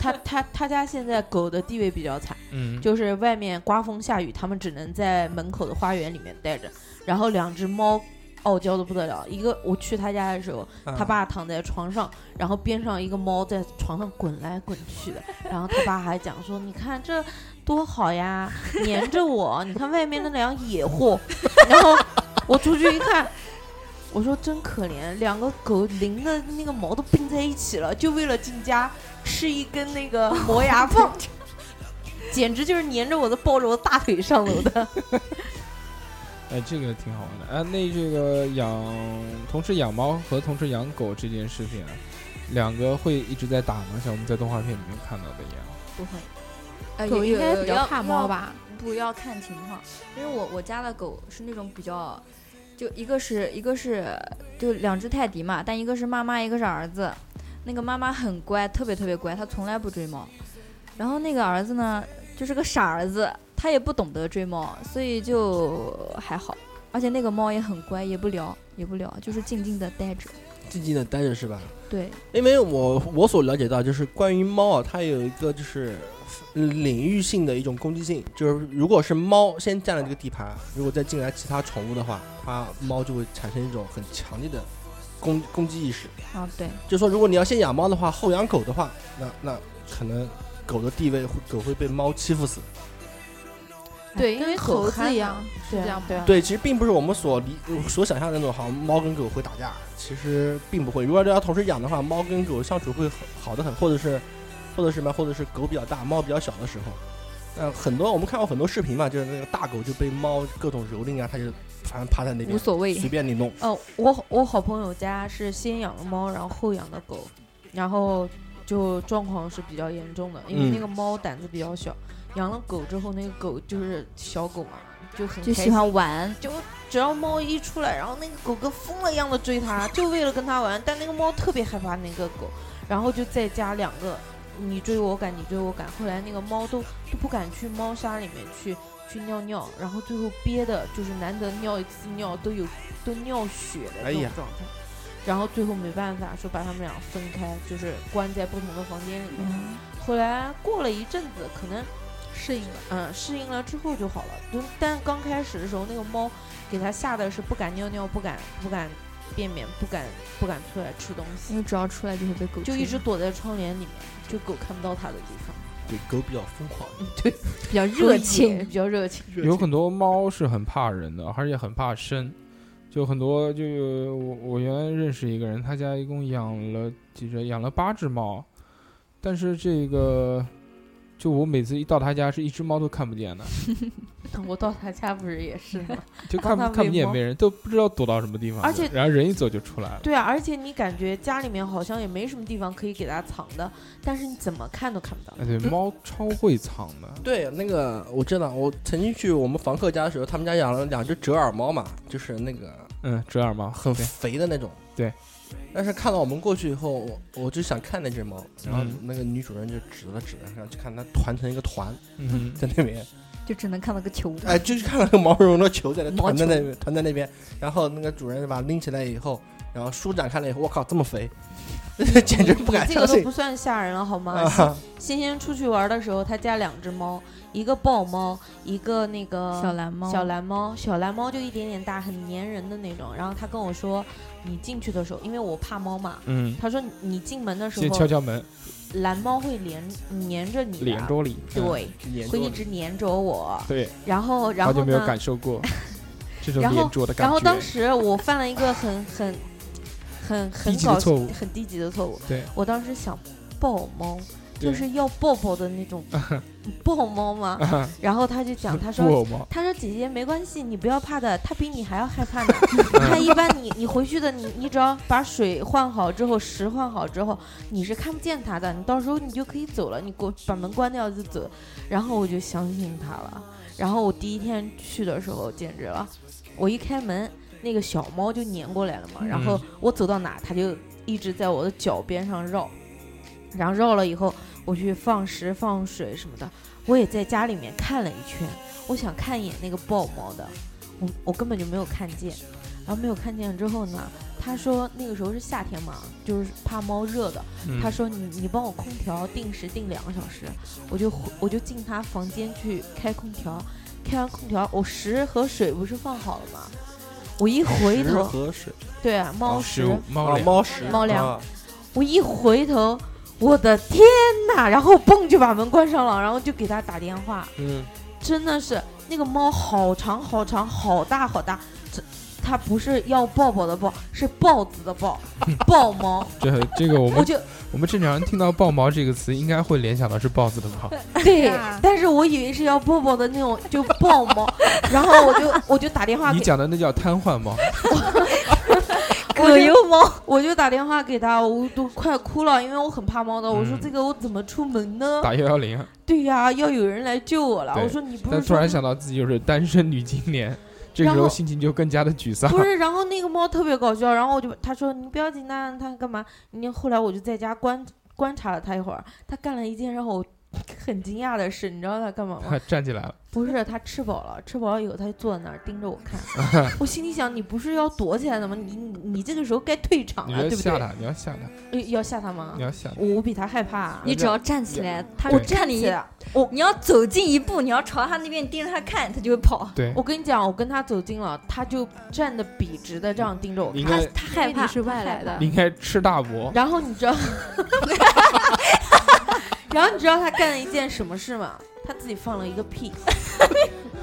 S6: 他他他家现在狗的地位比较惨，
S7: 嗯，
S6: 就是外面刮风下雨，他们只能在门口的花园里面待着。然后两只猫傲娇的不得了，一个我去他家的时候，
S2: 嗯
S6: 他爸躺在床上，然后边上一个猫在床上滚来滚去 的，然后他爸还讲说：“你看这多好呀，粘着我，你看外面那两野货。” 然后我出去一看，我说真可怜，两个狗邻的那个毛都并在一起了，就为了进家吃一根那个磨牙 棒，简直就是粘着我的，抱着我的大腿上楼的。
S7: 哎，这个挺好玩的。哎，那这个养同时养猫和同时养狗这件事情啊，两个会一直在打吗？像我们在动画片里面看到的一样。
S3: 不会，
S5: 呃
S3: 狗
S5: 也应该
S3: 有
S5: 比较
S3: 要
S5: 怕
S3: 要
S5: 猫吧？
S3: 不要看情况，因为我我家的狗是那种比较，就一个是一个是就两只泰迪嘛，但一个是妈妈，一个是儿子。那个妈妈很乖，特别特别乖，她从来不追猫。然后那个儿子呢，就是个傻儿子，他也不懂得追猫，所以就还好。而且那个猫也很乖，也不聊，也不聊，就是静静的待着。
S2: 静静的待着是吧？
S3: 对，
S2: 因为我我所了解到，就是关于猫啊，它有一个就是呃领域性的一种攻击性，就是如果是猫先占了这个地盘，如果再进来其他宠物的话，它猫就会产生一种很强烈的攻攻击意识。
S3: 啊对，
S2: 就说如果你要先养猫的话，后养狗的话，那那可能狗的地位会狗会被猫欺负死。
S5: 对，因为猴
S6: 憨
S5: 子一样，是这样吗
S6: 对啊，
S2: 对，其实并不是我们所理所想象的那种，好像猫跟狗会打架，其实并不会。如果要同时养的话，猫跟狗相处会很好的很，或者是或者是什么，或者是狗比较大，猫比较小的时候，那很多我们看过很多视频嘛，就是那个大狗就被猫各种蹂躏啊，它就反正趴在那
S3: 无
S2: 边，
S3: 所谓。
S2: 随便你弄。
S6: 哦，我我好朋友家是先养了猫，然后后养的狗，然后就状况是比较严重的，因为
S2: 嗯
S6: 那个猫胆子比较小，养了狗之后，那个狗就是小狗嘛，就很
S3: 就
S6: 开
S3: 喜
S6: 心
S3: 欢玩，
S6: 就只要猫一出来，然后那个狗跟疯了一样的追它，就为了跟它玩。但那个猫特别害怕那个狗，然后就再加两个你追我赶，你追我赶。后来那个猫都都不敢去猫砂里面去去尿尿，然后最后憋的就是难得尿一次尿都有都尿血的
S2: 哎
S6: 那种
S2: 呀
S6: 状态。然后最后没办法，说把他们俩分开，就是关在不同的房间里面。
S3: 嗯
S6: 后来过了一阵子，可能
S5: 适应了。
S6: 嗯，适应了之后就好了。就但刚开始的时候，那个猫给它吓得是不敢尿尿，不敢不敢便便，不敢不敢出来吃东
S3: 因
S6: 西，
S3: 为只要出来就会被狗
S6: 就
S3: 追
S6: 一直躲在窗帘里面，就狗看不到它的地方。
S2: 对，狗比较疯狂，
S3: 比较
S6: 狗
S3: 热
S6: 也
S3: 情，
S6: 比较热情。
S7: 有很多猫是很怕人的，而且很怕生。就很多，就有我我原来认识一个人，他家一共养了几只，养了八只猫，但是这个就我每次一到他家，是一只猫都看不见的，
S6: 我到他家不是也是吗？
S7: 就看不
S6: 帮他
S7: 看
S6: 喂
S7: 不见
S6: 猫
S7: 没人，都不知道躲到什么地方去。
S6: 而且
S7: 然后人一走就出来了。
S6: 对啊，而且你感觉家里面好像也没什么地方可以给它藏的，但是你怎么看都看不到。
S7: 哎，对，猫超会藏的。
S2: 对，那个我知道，我曾经去我们房客家的时候，他们家养了两只折耳猫嘛，就是那个
S7: 嗯，折耳猫
S2: 很
S7: 对
S2: 肥的那种。
S7: 对。
S2: 但是看到我们过去以后，我我就想看那只猫，然后
S7: 嗯
S2: 那个女主人就指了指，然后就看它团成一个团
S7: 嗯哼，
S2: 在那边，
S3: 就只能看到个球。
S2: 哎，就是看到个毛茸茸的球在那
S3: 毛
S2: 团在
S3: 球
S2: 那边，团在那边，然后那个主人就把它拎起来以后，然后舒展开了以后，我靠，这么肥， 简直不敢
S6: 这
S2: 相
S6: 个都
S2: 信
S6: 不算吓人了好吗？
S2: 啊！
S6: 欣欣出去玩的时候，他家两只猫，一个豹猫，一个那个
S3: 嗯小蓝猫，
S6: 小蓝猫，小蓝猫就一点点大，很粘人的那种。然后他跟我说，你进去的时候，因为我怕猫嘛，
S7: 嗯，
S6: 他说你进门的时
S7: 先敲
S6: 候，
S7: 敲门，
S6: 蓝猫会连粘着你的，
S7: 脸
S6: 啊
S7: 着你。
S6: 对，
S2: 眼
S6: 会一
S2: 睛
S6: 直粘着我。
S7: 对，
S6: 然后，然
S7: 好
S6: 后
S7: 久
S6: 呢？
S7: 没有感受过 这种
S6: 然后
S7: 脸着的感觉。
S6: 然后当时我犯了一个很很很很
S7: 低级的
S6: 搞
S7: 错误
S6: 很低级的错误。
S7: 对，
S6: 我当时想抱猫，就
S7: 对
S6: 是要抱抱的那种抱猫嘛。然后他就讲，他 说。
S7: 布偶猫，
S6: 他说：“姐姐没关系，你不要怕的，他比你还要害怕呢。他一般你你回去的你你只要把水换好之后，食换好之后，你是看不见他的，你到时候你就可以走了，你给我把门关掉就走。”然后我就相信他了。然后我第一天去的时候，简直了，我一开门，那个小猫就粘过来了嘛，然后我走到哪，它就一直在我的脚边上绕，然后绕了以后，我去放食放水什么的，我也在家里面看了一圈，我想看一眼那个豹猫的，我我根本就没有看见，然后没有看见之后呢，他说那个时候是夏天嘛，就是怕猫热的，
S7: 嗯
S6: 他说你你帮我空调定时定两个小时，我就回我就进他房间去开空调，开完空调我食和水不是放好了吗？我一回
S2: 食
S6: 头，
S2: 和水
S6: 对、啊，猫
S7: 食
S6: 食，
S7: 物猫
S2: 啊，
S7: 脸，
S2: 猫食
S6: 猫粮
S2: 啊
S6: 我一回头，我的天呐！然后嘣就把门关上了，然后就给他打电话，
S2: 嗯，
S6: 真的是那个猫好长好长，好大好大，这它不是要抱抱的抱，是豹子 的豹，豹猫，
S7: 这这个我
S6: 我
S7: 们
S6: 就
S7: 我们正常人听到“豹毛”这个词，应该会联想到是豹子的豹。
S6: 对
S5: 啊，
S6: 但是我以为是要抱抱的那种，就豹猫，然后我就我就打电话
S7: 你
S6: 给
S7: 讲的那叫瘫痪 猫，
S6: 葛优猫，我就打电话给他，我都快哭了，因为我很怕猫的，我说
S7: 嗯
S6: 这个我怎么出门呢？
S7: 打幺幺零。
S6: 对呀，要有人来救我了。
S7: 对
S6: 我说你不
S7: 但
S6: 是
S7: 突
S6: 说
S7: 然想到自己又是单身女青年，这时
S6: 然
S7: 候
S6: 后
S7: 心情就更加的沮丧。
S6: 不是，然后那个猫特别搞笑，然后我就他说你不要紧呐，他干嘛？你后来我就在家观观察了他一会儿，他干了一件让我 很惊讶的事，你知道他干嘛吗？
S7: 他站起来了，
S6: 不是，他吃饱了，吃饱了以后他就坐在那儿盯着我看， 我心里想你不是要躲起来的吗？你你你这个时候该退场
S7: 你
S6: 了，
S7: 要
S6: 啊对不
S7: 吓
S6: 对？
S7: 他，你要吓他，
S6: 呃要吓他吗
S7: 你？要吓他。
S6: 我我比他害怕啊、
S3: 你只要站起来，他
S7: 我
S3: 看你
S6: 起
S3: 一哦
S6: 来
S3: 你要走近一步，你要朝他那边盯着他看，他就会跑。
S7: 对，
S6: 我跟你讲，我跟他走近了，他就站的笔直的这样盯着我
S7: 你应
S6: 看，
S3: 他
S7: 该
S3: 他害怕
S5: 你，是外来的
S7: 你，应该吃大伯，
S6: 然后你知道， 然后你知道他干了一件什么事吗？他自己放了一个屁，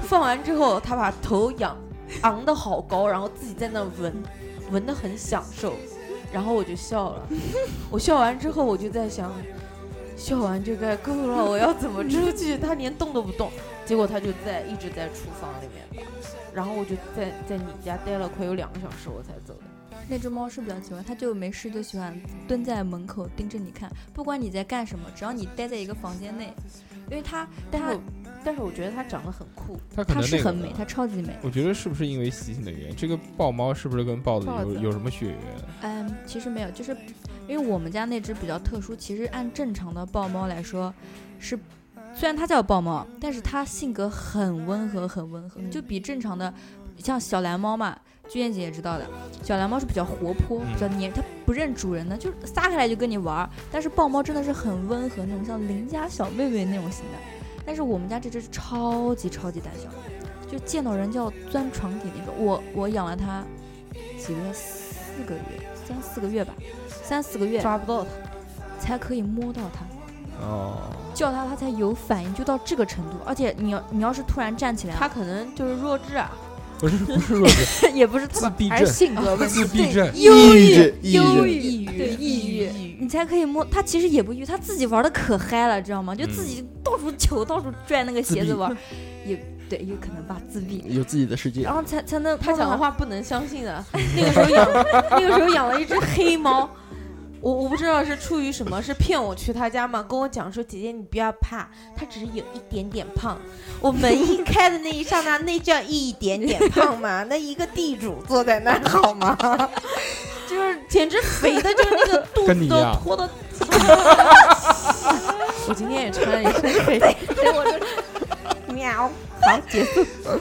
S6: 放完之后他把头仰昂得好高，然后自己在那闻，闻得很享受，然后我就笑了。我笑完之后，我就在想，笑完就该够了，我要怎么出去？他连动都不动，结果他就在一直在厨房里面。然后我就在在你家待了快有两个小时，我才走的。
S3: 那只猫是比较奇怪，它就没事就喜欢蹲在门口盯着你看，不管你在干什么，只要你待在一个房间内，因为它
S6: 但是
S3: 它
S6: 我但是我觉得他长得很酷，
S7: 他可
S3: 它
S7: 能
S3: 是
S7: 那
S3: 很美，
S7: 个。
S3: 它超级美。
S7: 我觉得是不是因为习性的原因，这个豹猫是不是跟豹子
S3: 豹
S7: 有
S3: 子
S7: 有什么血缘？
S3: 嗯，其实没有，就是因为我们家那只比较特殊，其实按正常的豹猫来说是。虽然它叫豹猫，但是它性格很温和，很温和，
S6: 嗯
S3: 就比正常的，像小蓝猫嘛，鞠燕姐也知道的，小蓝猫是比较活泼，
S7: 嗯
S3: 比较黏，它不认主人的，就是撒开来就跟你玩儿。但是豹猫真的是很温和那种，像邻家小妹妹那种型的。但是我们家这只超级超级胆小，就见到人就要钻床底那种。我我养了它几个月，四个月，三四个月吧，三四个月
S6: 抓不到他。
S3: 才可以摸到它，
S7: 哦，
S3: 叫它它才有反应，就到这个程度。而且你要你要是突然站起来，
S6: 他可能就是弱智啊，
S7: 不是不是弱智，
S3: 也不是
S7: 自闭
S5: 还是
S7: 症，
S5: 性格问题，
S7: 自闭症，
S3: 忧
S2: 抑
S3: 郁
S2: 制、抑
S3: 忧
S2: 制，
S3: 郁，对抑郁。
S5: 郁，
S3: 你才可以摸他，其实也不郁，他自己玩的可嗨了，知道吗？就自己到处 求，到处拽那个鞋子玩儿，也对，有可能吧，自闭，
S2: 有自己的世界
S3: 然。后才才能
S6: 他
S3: 摸
S6: 讲的
S3: 到
S6: 话不能相 信的。那个时候养，那个时候养了一只黑猫，我我不知道是出于什么，是骗我去他家嘛，跟我讲说姐姐你不要怕，它只是有一点点胖。我门一开的那一刹那，那叫一点点胖嘛？那一个地主坐在那儿好吗？ 就是简直肥的，就是那个肚
S7: 跟你
S6: 子
S7: 一
S6: 都
S7: 样
S6: 拖到。我今天也穿了一身黑，所以我 就喵。好，结束。
S3: 嗯，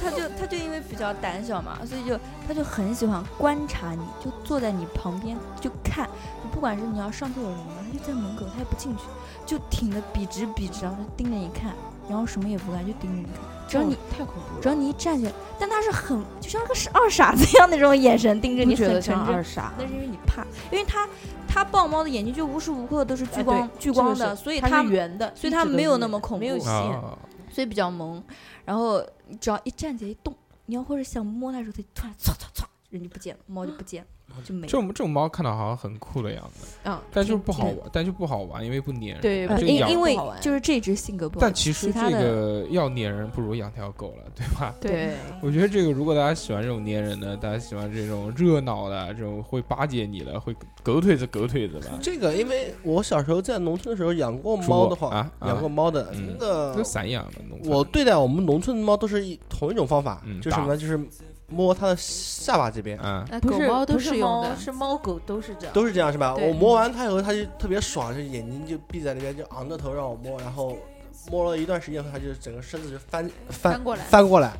S3: 他就他就因为比较胆小嘛，所以就他就很喜欢观察你，就坐在你旁边就看，就不管是你要上厕所什么的，他就在门口，他也不进去，就挺得笔直笔直，然后就盯着你看，然后什么也不干，就盯着你看。只要你
S6: 太恐怖了
S3: 只要你一站起来，但他是很就像个二傻子一样的那种眼神盯着
S6: 你
S3: 你，
S6: 觉
S3: 很
S6: 得
S3: 纯
S6: 像
S3: 真
S6: 二傻？
S3: 那是因为你怕，因为他他抱猫的眼睛就无时无刻都是聚光、聚光的，所以
S6: 它
S3: 他
S6: 是圆的，
S3: 所以
S6: 一
S3: 它
S6: 直都
S3: 没有
S6: 是
S3: 那
S6: 圆
S3: 么
S6: 的
S3: 恐
S6: 没有
S3: 怖
S6: 线。
S7: 啊，
S3: 所以比较萌。然后你只要一站起来一动，你要或者想摸它的时候，它就突然唰唰唰，人就不见了，猫就不见了，就没
S7: 这
S3: 了。
S7: 种这种猫看到好像很酷的样子，
S6: 嗯，
S7: 但就是
S6: 挺
S7: 不好玩，但就不好玩，因为不粘人。
S6: 对
S7: 这
S3: 呃
S7: 个
S3: 因
S7: 养
S3: 因为
S6: 不好玩
S3: 就是这只性格不好，
S7: 但其实
S3: 他
S7: 这
S3: 的
S7: 个要粘人，不如养条狗了，对吧？
S6: 对，
S7: 我觉得这个，如果大家喜欢这种粘人的，大家喜欢这种热闹的，这种会巴结你的，会狗腿子狗腿子吧，
S2: 这个，因为我小时候在农村的时候养过
S7: 猪
S2: 猫的话，
S7: 啊，啊
S2: 养过猫的
S7: 嗯
S2: 那个
S7: 都，散养的弄出来。
S2: 我对待我们农村的猫都是一同一种方法
S7: 嗯，
S2: 就是什么呢？就是摸它的下巴这边，
S7: 嗯，
S5: 哎
S6: 不
S5: 狗
S6: 是
S5: 猫都
S6: 不
S5: 是
S6: 是
S5: 用
S6: 猫
S5: 的，
S6: 是猫狗都是这样。
S2: 都是这样是吧？
S6: 对
S2: 我摸完它以后，它就特别爽，就眼睛就闭在那边，就昂着头让我摸，然后摸了一段时间后，它就整个身子就翻翻
S5: 翻过来，
S2: 翻过来，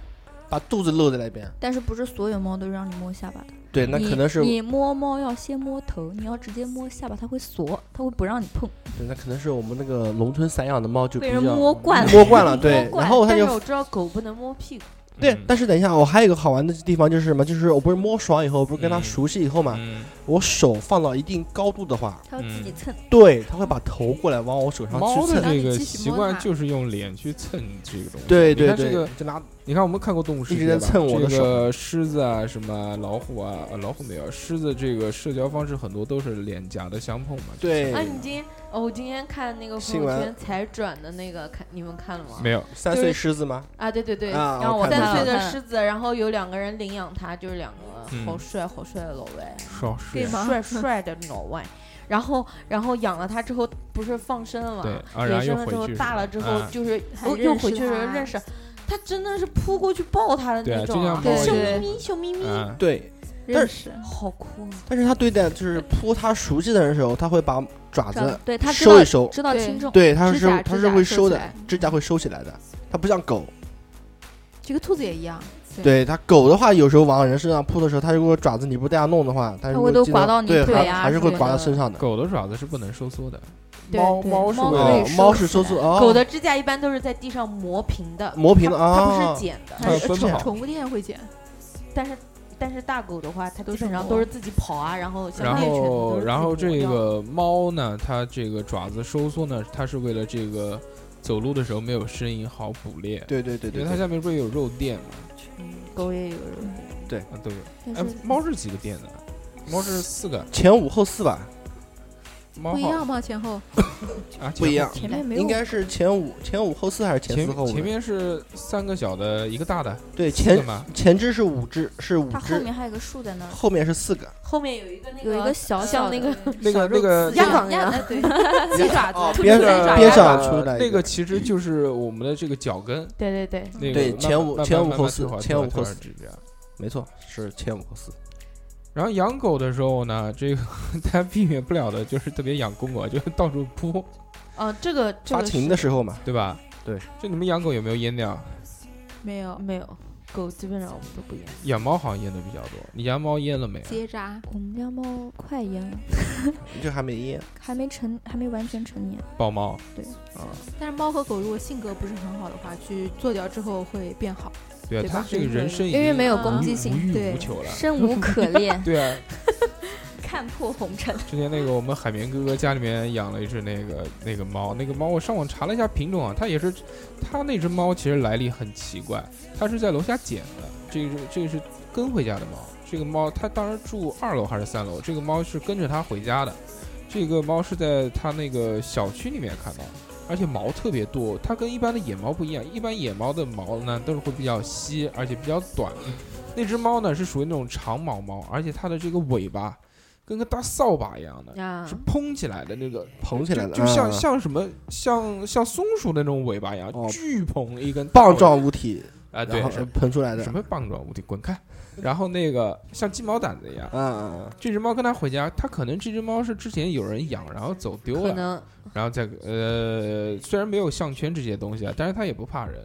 S2: 把肚子露在那边。
S3: 但是不是所有猫都让你摸下巴的？
S2: 对，那
S3: 你
S2: 可能是
S3: 你摸猫要先摸头，你要直接摸下巴，它会缩，它会不让你碰，
S2: 对，那可能是我们那个农村散养的猫就比
S3: 被
S2: 较
S3: 人摸惯了。
S2: 摸 惯了，对
S3: 摸，惯
S2: 然后它
S6: 但是
S2: 就
S6: 我知道狗不能摸屁股，
S2: 对
S7: 嗯。
S2: 但是等一下，我还有一个好玩的地方就是什么？就是我不是摸爽以后，不是跟它
S7: 嗯
S2: 熟悉以后嘛，
S7: 嗯，
S2: 我手放到一定高度的话，
S3: 它要自己
S7: 嗯
S3: 蹭，
S2: 对，它会把头过来往我手上
S7: 猫
S2: 去
S7: 的
S2: 蹭。
S7: 这
S5: 让
S7: 个
S5: 你继续
S7: 习
S5: 摸
S7: 惯
S5: 它
S7: 就是用脸去蹭这个东西。
S2: 对
S7: 你
S2: 对
S7: 看
S2: 对，
S7: 这个
S2: 就拿
S7: 你看，我们看过《动物世
S2: 一
S7: 界
S2: 直》在
S7: 吧
S2: 蹭我的
S7: 这
S2: 手
S7: 个狮子啊，什么老虎啊，呃老虎没有，狮子这个社交方式很多都是脸颊的相碰嘛。就
S2: 对
S6: 啊，你今天哦，我今天看那个朋
S2: 新
S6: 友
S2: 闻
S6: 圈才转的那个，看你们看了吗？
S7: 没有，
S2: 三
S6: 就是
S2: 岁狮子吗？
S6: 啊，对对对，
S2: 啊，
S3: 让我
S2: 看
S6: 三
S2: 到
S6: 岁
S2: 了
S6: 的
S3: 看了
S6: 狮子，然后有两个人领养它，就是两个
S7: 嗯
S6: 好帅好帅的老外，
S7: 少是
S5: 对吗
S6: 帅帅的老外。然后，然后养了它之后，不是放生了
S7: 对
S6: 吗？
S7: 啊然
S6: 野
S7: 后又
S6: 生了之
S7: 回
S6: 后
S7: 去，是
S6: 大
S7: 吧
S6: 了之后
S7: 啊
S6: 就是哦
S5: 还
S6: 又
S5: 认
S6: 又
S5: 识
S6: 回去
S5: 它
S6: 了认识，它真的是扑过去抱它的
S7: 对啊
S6: 那
S7: 就
S6: 种
S7: 像
S6: 啊，
S7: 猫
S6: 小
S7: 一
S6: 咪
S5: 样
S6: 咪小咪咪，
S7: 啊，
S2: 对，
S5: 认识
S6: 好酷啊！
S2: 但是它对待就是扑它熟悉的人的时候，它会把爪
S3: 知道
S2: 子
S3: 对它知
S2: 收
S3: 道
S2: 一收，
S3: 知道
S5: 对
S3: 轻重，
S2: 对，它
S5: 指
S2: 是
S5: 甲
S2: 它
S5: 指
S2: 是
S5: 甲
S2: 会
S5: 收
S2: 收
S5: 起
S2: 的
S5: 来，
S2: 指甲会收起来的，它不像狗。
S5: 这个兔子也一样，
S2: 对它狗的话，有时候往人身上扑的时候，它如果爪子你不这样弄的话，它如
S3: 会
S2: 果
S3: 都
S2: 进
S3: 刮
S2: 到
S3: 到你
S2: 对
S3: 腿
S2: 还
S3: 啊
S2: 还是
S3: 什
S2: 会
S3: 么
S2: 刮到
S3: 的
S2: 身上的。
S7: 狗的爪子是不能收缩的，
S6: 对
S7: 猫
S6: 对
S7: 猫是
S6: 猫
S7: 为
S6: 可以
S7: 了
S2: 哦，猫是收缩
S6: 狗
S2: 哦，
S6: 的指甲一般都是在地上磨平的，
S2: 磨平的
S6: 它它
S2: 啊
S6: 不是，剪的。
S7: 它要分
S5: 宠
S7: 好，
S5: 宠物店会捡，
S6: 但是但是大狗的话，它
S5: 都
S6: 基
S5: 是
S6: 本上
S5: 磨
S6: 都是自己跑啊，然后像
S7: 然
S6: 猎犬
S7: 后
S6: 都是
S7: 然后
S6: 自己
S7: 这
S6: 磨掉
S7: 个猫呢，它这个爪子收缩呢，它是为了这个走路的时候没有声音好捕猎，
S2: 对对对
S7: 因
S2: 对
S7: 为它
S2: 对，
S7: 下面不是有肉垫嘛，
S6: 嗯狗也有肉垫，
S7: 啊都有，
S5: 但
S7: 哎
S5: 是，
S7: 猫是几个垫的？猫是四个，
S2: 前五后四吧，
S7: 猫
S5: 不一
S7: 好
S5: 样吗？前后
S3: 嗯
S7: 啊，
S2: 不一样
S7: 前
S3: 前面没有
S2: 应该是前五前五后四还是前
S7: 前
S2: 四后五
S7: 前
S2: 呢？
S7: 面是三个小的，一个大的，
S2: 对，
S7: 四个
S2: 前
S7: 嘛，
S2: 前肢是五只，是五
S3: 它后
S2: 只，
S3: 面还有个树在那儿，
S2: 后面是四个。
S6: 后面有一个那
S3: 有一个小小
S6: 像
S3: 的
S6: 那个
S7: 那个那个
S6: 鸭掌一
S5: 鸭
S6: 样，
S5: 对，
S6: 鸡爪
S2: 哦
S6: 子，
S2: 边
S6: 兔子
S2: 上
S6: 鸡爪
S2: 边
S6: 鸭
S2: 上
S6: 掌
S2: 出来一
S7: 那
S2: 个
S7: 个其实就是我们的这个脚跟，
S6: 对对对，
S7: 那个
S2: 对
S7: 慢慢
S2: 前五
S7: 慢慢
S2: 前五
S7: 慢慢
S2: 后四
S7: 退化
S2: 前五后，
S7: 退化退化这样
S2: 没错，是前五和四。
S7: 然后养狗的时候呢，这个 它避免不了的就是特别养公狗，就是到处扑，
S6: 嗯，这个这
S2: 发
S6: 个
S2: 情
S6: 是
S2: 的时候嘛，
S7: 对吧？
S2: 对，
S7: 就你们养狗有没有阉掉？
S5: 没有
S6: 没有狗基本上我们都不养，
S7: 养猫好像阉的比较多，你养猫阉了没有？啊
S5: 结扎，
S3: 我们家猫快阉了，
S2: 就还没咽。
S3: 还没成，还没完全 成年。
S7: 豹猫，
S3: 对
S7: 啊，
S5: 但是猫和狗如果性格不是很好的话，去做掉之后会变好。
S7: 对啊，
S5: 对
S7: 它
S5: 吧
S7: 这个人生已
S3: 因为
S7: 经
S3: 没有
S7: 无
S3: 攻击
S7: 无
S3: 性，
S7: 欲
S5: 对
S7: 无求了，，
S3: 生无可恋
S7: 对啊，
S3: 看看破红尘。
S7: 之前那个我们海绵哥哥家里面养了一只那个那个猫，那个猫我上网查了一下品种啊，它也是，它那只猫其实来历很奇怪，它是在楼下捡的，这个是这个是跟回家的猫，这个猫它当时住二楼还是三楼，这个猫是跟着它回家的，这个猫是在它那个小区里面看到的。而且毛特别多，它跟一般的野猫不一样。一般野猫的毛呢都是会比较稀，而且比较短。那只猫呢是属于那种长毛猫，而且它的这个尾巴跟个大扫把一样的，
S6: 啊
S7: 是蓬起来的那个，
S2: 捧起来了，
S7: 就就像
S2: 嗯
S7: 像什么像像松鼠的那种尾巴一样，
S2: 哦
S7: 巨蓬一根
S2: 棒状物体，
S7: 啊，对
S2: 然，后
S7: 什
S2: 喷出来的，
S7: 什么棒状物体，滚开！然后那个像鸡毛掸子一样。
S2: 嗯，嗯
S7: 这只猫跟它回家，它可能这只猫是之前有人养，然后走丢
S6: 可
S7: 了，
S6: 能
S7: 然后再呃，虽然没有项圈这些东西啊，但是它也不怕人。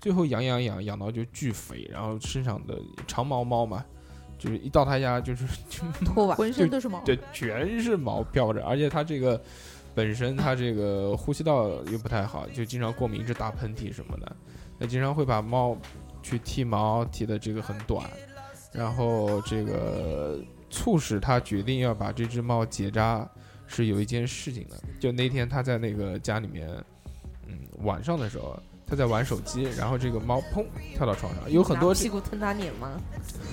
S7: 最后养养养养到就巨肥，然后身上的长毛猫嘛，就是一到他家就是 就，
S6: 脱完
S5: 浑身都是毛
S7: 对全是毛飘着，而且它这个本身它这个呼吸道又不太好，就经常过敏，一直打喷嚏什么的。那经常会把猫去剃毛，剃的这个很短，然后这个促使他决定要把这只猫结扎，是有一件事情的。就那天他在那个家里面，嗯，晚上的时候他在玩手机，然后这个猫砰跳到床上，有很多
S6: 拿屁股蹭他脸吗？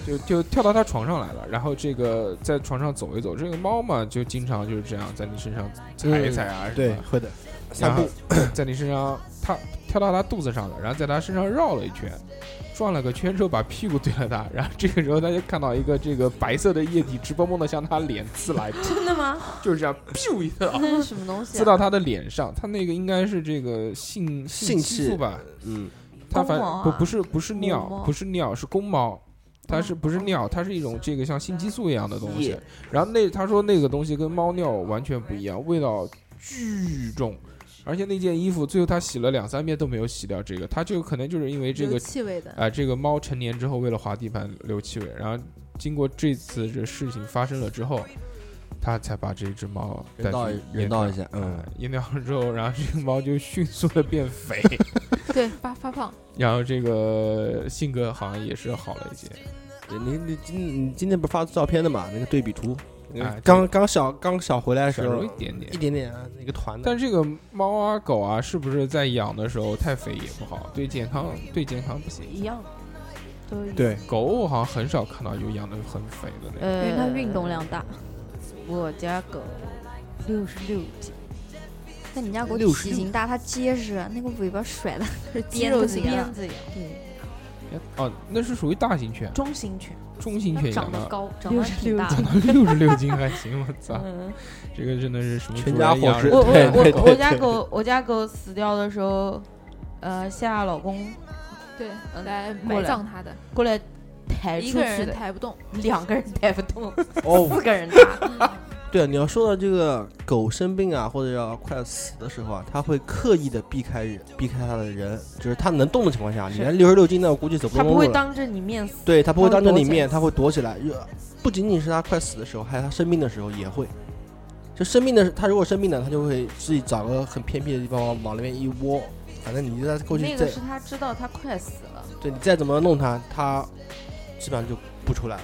S7: 就就跳到他床上来了，然后这个在床上走一走，这个猫嘛就经常就是这样在你身上踩一踩啊，
S4: 对，会的，
S7: 散步，在你身上，它跳到它肚子上了，然后在它身上绕了一圈，转了个圈之后把屁股对了它，然后这个时候它就看到一个这个白色的液体直蹦蹦的向它脸刺来，
S6: 真的吗？
S7: 就是这样，咻一下
S6: 那 是什么东西
S7: 刺
S6: 啊？
S7: 到它的脸上，它那个应该是这个性
S2: 性
S7: 激素吧，
S2: 嗯，
S7: 它反
S6: 公猫啊
S7: 不不是不是尿
S6: 母猫
S7: 不是尿是公猫，它是不是尿？它是一种这个像性激素一样的东西
S2: 液。
S7: 然后那他说那个东西跟猫尿完全不一样，味道巨重，而且那件衣服最后他洗了两三遍都没有洗掉这个，他就可能就是因为这
S5: 有
S7: 个
S5: 气味的。
S7: 啊、这个猫成年之后为了滑地板留气味，然后经过这次这事情发生了之后，他才把这只猫带
S2: 人道
S7: 去
S2: 人
S7: 验
S2: 道
S7: 尿
S2: 一下
S7: 哎
S2: 嗯
S7: 验尿了之后，然后这个猫就迅速的 变肥，
S5: 对，发发胖，
S7: 然后这个性格好像也是好了一些。
S2: 你你今你今天不是发照片的嘛？那个对比图，那
S7: 哎
S2: 个刚刚小刚小回来的时
S7: 小时候
S2: 候
S7: 一点点
S2: 一点点啊那个团的，
S7: 但这个猫啊狗啊，是不是在养的时候太肥也不好，对健康对健康不行。
S6: 一样，都有
S4: 对，
S7: 狗我好像很少看到有养的很肥的那种。
S3: 因
S6: 呃，
S3: 为它运动量大。
S6: 我家狗六十六斤，
S3: 但你家狗
S2: 66
S3: 体型大，它结实，那个尾巴甩的 是
S6: 肌
S3: 鞭
S6: 肉
S3: 子
S6: 是
S3: 一样
S6: 鞭。子一样，
S3: 对，
S6: 呃
S7: 哦，那是属于大型犬，
S6: 中型犬，
S7: 中型
S3: 它
S7: 犬
S3: 长
S7: 养
S3: 得
S7: 到
S3: 高，长得挺大的。
S7: 长到六十六斤还行，我操，
S6: 啊嗯，
S7: 这个真的是什么
S2: 全
S7: 主
S2: 家
S7: 人
S2: 伙
S7: 养
S2: 食
S7: 人
S6: 我我
S2: 对对
S6: 我
S2: 对
S6: 我家狗我家狗死掉的时候，呃，夏老公
S5: 对，
S6: 嗯
S5: 来
S6: 过
S5: 埋
S6: 来
S5: 葬他的，
S6: 过来抬
S5: 一
S6: 出
S5: 个
S6: 去
S5: 人
S6: 的，
S5: 抬不动。
S6: 两个人抬不动，
S2: 哦，
S6: 四个 人抬，
S2: 对啊，你要说到这个狗生病啊，或者要快要死的时候啊，它会刻意的避开人，避开它的人，就是它能动的情况下，你
S6: 是
S2: 连六十六斤的，我估计走不
S6: 它
S2: 动
S6: 不
S2: 路
S6: 会
S2: 了。
S6: 当着你面死，
S2: 对，它不会
S6: 它
S2: 当
S6: 会
S2: 着你
S6: 躲起来
S2: 面，它会躲起来。呃不仅仅是它快死的时候，还有它生病的时候也会。就生病的，它如果生病了，它就会自己找个很偏僻的地方往往那边一窝。反正你就在过去
S6: 那
S2: 再
S6: 个是他知道他快死了，
S2: 对你再怎么弄它，它基本上就不出来了。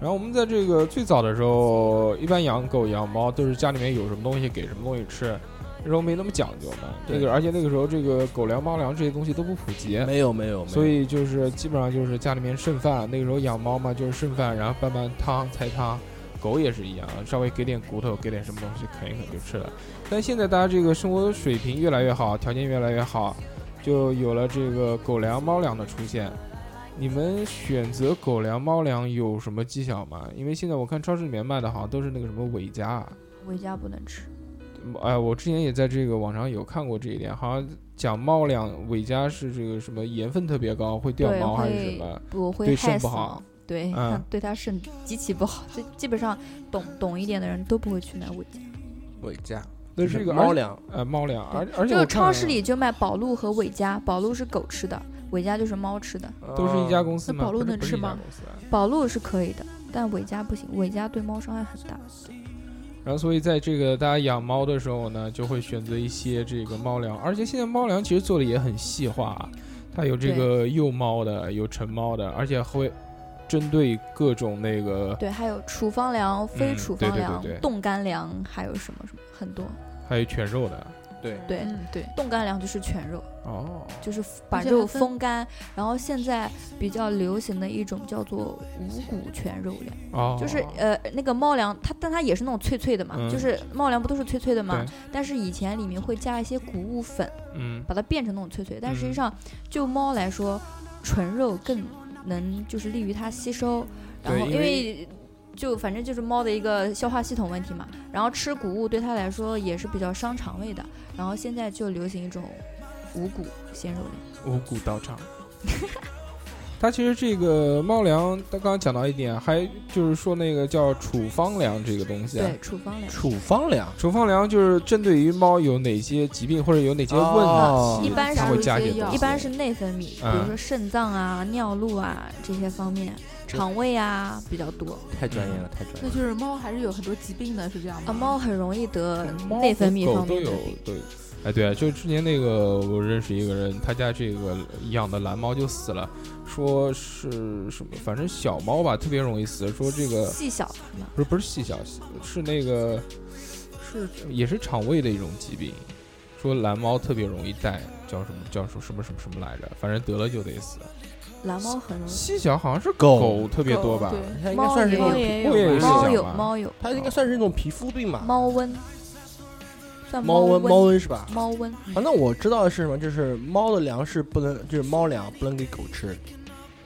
S7: 然后我们在这个最早的时候，一般养狗养猫都是家里面有什么东西给什么东西吃，那时候没那么讲究嘛。
S2: 对
S7: 这个而且那个时候这个狗粮猫粮这些东西都不普及，
S2: 没有没有，没有
S7: 所以就是基本上就是家里面剩饭，那个时候养猫嘛，就是剩饭，然后拌拌汤、菜汤。狗也是一样，稍微给点骨头，给点什么东西啃一啃就吃了。但现在大家这个生活水平越来越好，条件越来越好，就有了这个狗粮、猫粮的出现。你们选择狗粮、猫粮有什么技巧吗？因为现在我看超市里面卖的好像都是那个什么伟家啊，
S3: 回家不能吃，
S7: 哎，我之前也在这个网上有看过这一点，好像讲猫粮伟家是这个什么盐分特别高，会掉
S3: 对
S7: 毛还是
S3: 会
S7: 什么？
S3: 不会
S7: 对
S3: 害
S7: 肾不
S3: 死
S7: 好
S3: 猫。对，
S7: 嗯
S3: 它对它肾极其不好，所以基本上懂懂一点的人都不会去买伟家。
S2: 伟家
S7: 那这个
S2: 猫
S7: 粮，
S2: 粮，
S7: 呃，猫粮，而而且
S3: 这个
S7: 我看
S3: 超市里就卖宝路和伟家，宝路是狗吃的，伟家就是猫吃的。
S7: 都是一家公司
S5: 那
S7: 嘛，
S5: 宝路
S7: 不是
S5: 能
S7: 不是
S5: 吃
S7: 一家
S5: 吗
S7: 公司啊
S3: 宝路是可以的，但伟家不行，伟家对猫伤害很大。
S7: 然后，所以在这个大家养猫的时候呢，就会选择一些这个猫粮，而且现在猫粮其实做的也很细化啊，它有这个幼猫的，有成猫的，而且会。针对各种那个，
S3: 对，还有处方粮、非
S7: 嗯
S3: 处
S7: 对
S3: 方
S7: 对对
S3: 粮、
S7: 对
S3: 冻干粮，还有什么什么很多。
S7: 还有犬肉的，对
S3: 对、
S5: 对，
S3: 冻干粮就是全肉，
S7: 哦，
S3: 就是把
S5: 嗯且
S3: 肉
S5: 还分
S3: 风干。然后现在比较流行的一种叫做五谷全肉粮，
S7: 哦，
S3: 就是呃那个猫粮，它但它也是那种脆脆的嘛，
S7: 嗯
S3: 就是猫粮不都是脆脆的嘛
S7: 对？
S3: 但是以前里面会加一些谷物粉，
S7: 嗯
S3: 把它变成那种脆脆。但实际
S7: 嗯
S3: 上，就猫来说，纯肉更能就是利于它吸收，然
S7: 对
S3: 后
S7: 因
S3: 因
S7: 为
S3: 为。就反正就是猫的一个消化系统问题嘛，然后吃谷物对它来说也是比较伤肠胃的，然后现在就流行一种五谷鲜肉粮，
S7: 五谷道场。 它其实这个猫粮，它刚刚讲到一点，还就是说那个叫处方粮这个东西啊
S3: 对，，处方粮。
S2: 处方粮
S7: 处方粮就是针对于猫有哪些疾病或者有哪些问
S2: 哦
S7: 题，
S3: 一般
S7: 它
S3: 是
S7: 会
S3: 一
S7: 加
S5: 些
S7: 点东
S5: 药
S7: 西
S3: 一般是内分泌，比
S7: 嗯
S3: 如说肾脏啊、尿路啊这些方面，肠胃啊比较多。
S7: 嗯
S2: 太专业了，
S6: 嗯
S2: 太专业
S5: 那
S2: 了。
S5: 就是猫还是有很多疾病的，是这样吗？
S3: 啊，猫很容易得
S7: 猫
S3: 内
S7: 和
S3: 分泌
S7: 狗
S3: 方
S7: 都
S3: 面
S7: 有
S3: 的病。
S7: 对。哎，对啊，就之前那个，我认识一个人，他家这个养的蓝猫就死了，说是什么，反正小猫吧，特别容易死，说这个
S3: 细小嘛，
S7: 不是不是细小，是那个是也是肠胃的一种疾病，说蓝猫特别容易带，叫什么叫什么什么什么什么来着，反正得了就得死。
S3: 嗯蓝猫很容易。
S7: 细小好像是
S2: 狗
S7: 狗特别多吧？
S5: 对，
S2: 它应该
S3: 猫
S2: 算是一
S3: 也
S2: 种
S3: 有
S2: 皮，
S7: 我也有细
S3: 猫
S7: 小
S3: 有
S7: 吧
S3: 猫有
S2: 它应该算是一种皮肤病吧？
S3: 猫瘟，算
S2: 猫瘟，猫
S3: 瘟
S2: 瘟是吧？
S3: 猫嗯瘟。
S5: 嗯
S2: 啊，那我知道的是什么，就是猫的粮食不能，就是猫粮不能给狗吃。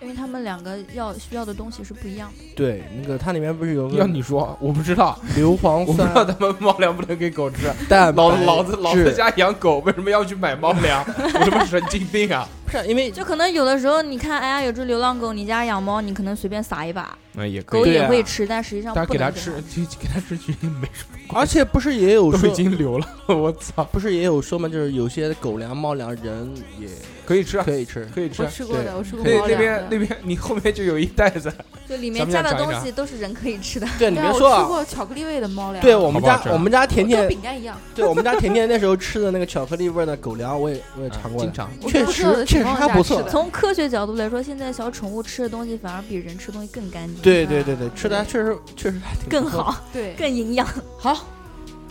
S3: 因为它们两个要需要的东西是不一样的。
S2: 对，那个它里面不是有个
S7: 要你说，我不知道，
S2: 硫磺
S7: 我不知道
S2: 酸、
S7: 他们猫粮不能给狗吃。
S2: 蛋白
S7: 老老子老子
S2: 质
S7: 家养狗，为什么要去买猫 粮？有什么神经病啊？
S2: 不是因为
S3: 就可能有的时候，你看，哎呀，有只流浪狗，你家养猫，你可能随便撒一把，
S7: 那也
S3: 狗
S2: 对
S3: 也
S2: 啊
S3: 会吃，但实际上
S7: 大家
S3: 不
S7: 给
S3: 能
S7: 它
S3: 它
S7: 吃，就给它吃，其实也没什么，
S2: 而且不是也有
S7: 都已
S2: 说，
S7: 经流了。 我操，
S2: 不是也有说嘛，就是有些狗粮、猫粮人也
S7: 可以吃啊，
S2: 可以吃。
S7: 可以吃
S5: 我
S7: 啊。
S5: 吃过
S2: 对
S5: 的，我吃过
S7: 那
S5: 猫
S7: 那
S5: 粮
S7: 边
S5: 的。
S3: 啊
S7: 那边，你后面就有一袋子。
S3: 就里
S7: 咱
S3: 面
S7: 们
S3: 加
S7: 俩
S3: 的
S7: 尝一
S3: 东
S7: 尝
S3: 西都是人可以吃的。
S2: 对，你
S5: 对啊
S2: 别
S5: 我
S2: 说
S5: 吃
S2: 啊，
S5: 过巧克力味的猫粮，
S2: 对我们
S7: 好不好
S2: 家
S7: 吃啊
S2: 我们家甜
S5: 跟
S2: 甜，
S5: 饼干一样。
S2: 对我们家甜甜那时候吃的那个巧克力味儿的狗粮，我也我也尝过的
S7: 啊经，常
S5: 我
S2: 确
S5: 不知道
S2: 实
S5: 的
S2: 确
S5: 情
S2: 实
S5: 况
S2: 还
S5: 下
S2: 不
S5: 吃
S2: 错
S5: 的
S3: 从科学角度来说，现在小宠物吃的东西反而比人吃东西更干净、
S2: 对对对对，吃的还确实确实还挺不
S3: 更
S2: 错。
S3: 好、
S5: 嗯对，
S3: 更营养。
S6: 好，